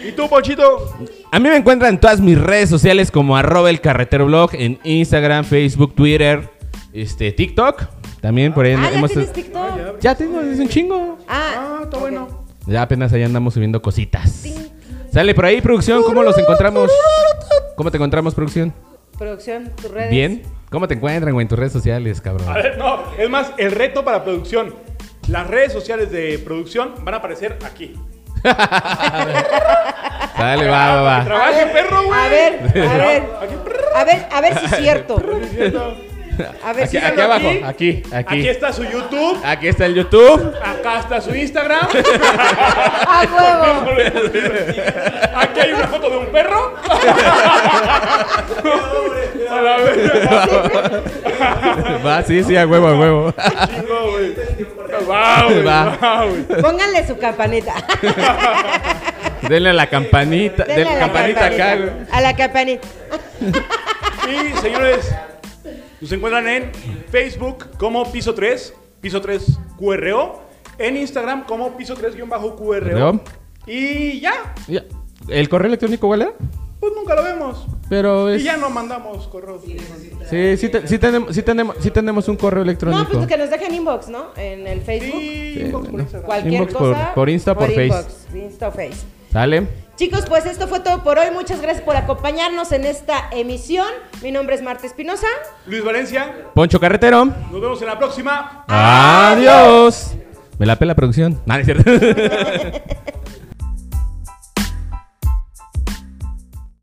Speaker 4: ¿Y tú, Pochito?
Speaker 3: A mí me encuentran en todas mis redes sociales como arroba el carretero blog, en Instagram, Facebook, Twitter, este, TikTok. También por ahí
Speaker 2: Ah, ya
Speaker 3: hemos-
Speaker 2: tienes TikTok.
Speaker 3: Ya tengo, es un chingo.
Speaker 4: Ah,
Speaker 2: Ah,
Speaker 4: está
Speaker 2: ok.
Speaker 4: bueno.
Speaker 3: Ya apenas allá andamos subiendo cositas. Sale por ahí, producción, ¿cómo los encontramos? ¿Cómo te encontramos, producción?
Speaker 2: Producción, tus redes.
Speaker 3: ¿Bien? ¿Cómo te encuentran, güey, en tus redes sociales, cabrón?
Speaker 4: A ver, no. Es más, el reto para producción. Las redes sociales de producción van a aparecer aquí.
Speaker 3: Dale, va,
Speaker 4: Que
Speaker 3: va, va.
Speaker 4: trabaje, perro, güey.
Speaker 2: A ver, a ver.
Speaker 4: Aquí,
Speaker 2: A ver, a ver si es cierto.
Speaker 4: prrr.
Speaker 2: A ver si
Speaker 3: Aquí,
Speaker 2: es
Speaker 3: aquí
Speaker 2: cierto.
Speaker 3: abajo, aquí,
Speaker 4: Aquí
Speaker 3: aquí.
Speaker 4: está su YouTube.
Speaker 3: Aquí está el YouTube.
Speaker 4: Acá está su Instagram.
Speaker 2: ¡A Ah, huevo!
Speaker 4: Aquí hay una foto de un perro. A la
Speaker 3: Va, sí, sí, a huevo, a huevo.
Speaker 4: Chingo, güey. Va, güey.
Speaker 3: Va.
Speaker 4: Va, güey.
Speaker 2: Pónganle su campanita.
Speaker 3: Denle a la campanita,
Speaker 2: Denle
Speaker 3: denle
Speaker 2: a la
Speaker 3: la campanita, acá, güey.
Speaker 2: A la campanita.
Speaker 4: Y señores, nos encuentran en Facebook como Piso 3, Piso 3 QRO, en Instagram como Piso 3-QRO.
Speaker 3: ¿Reo?
Speaker 4: Y ya,
Speaker 3: Ya. ¿El correo electrónico cuál era?
Speaker 4: pues nunca lo vemos.
Speaker 3: Pero es.
Speaker 4: Y ya no mandamos correos.
Speaker 3: Sí, sí, te- sí tenemos, sí, tenemos, sí tenemos un correo electrónico.
Speaker 2: No, pues que nos dejen inbox, ¿no? En el Facebook.
Speaker 4: Sí, inbox por Instagram.
Speaker 2: Cualquier
Speaker 3: Inbox por-
Speaker 2: cosa.
Speaker 3: por Insta o por Face.
Speaker 2: inbox, Insta o Face.
Speaker 3: Sale.
Speaker 2: Chicos, pues esto fue todo por hoy. Muchas gracias por acompañarnos en esta emisión. Mi nombre es Marta Espinosa.
Speaker 4: Luis Valencia,
Speaker 3: Poncho Carretero.
Speaker 4: nos vemos en la próxima.
Speaker 3: Adiós. Me la pela producción. Nada, es cierto.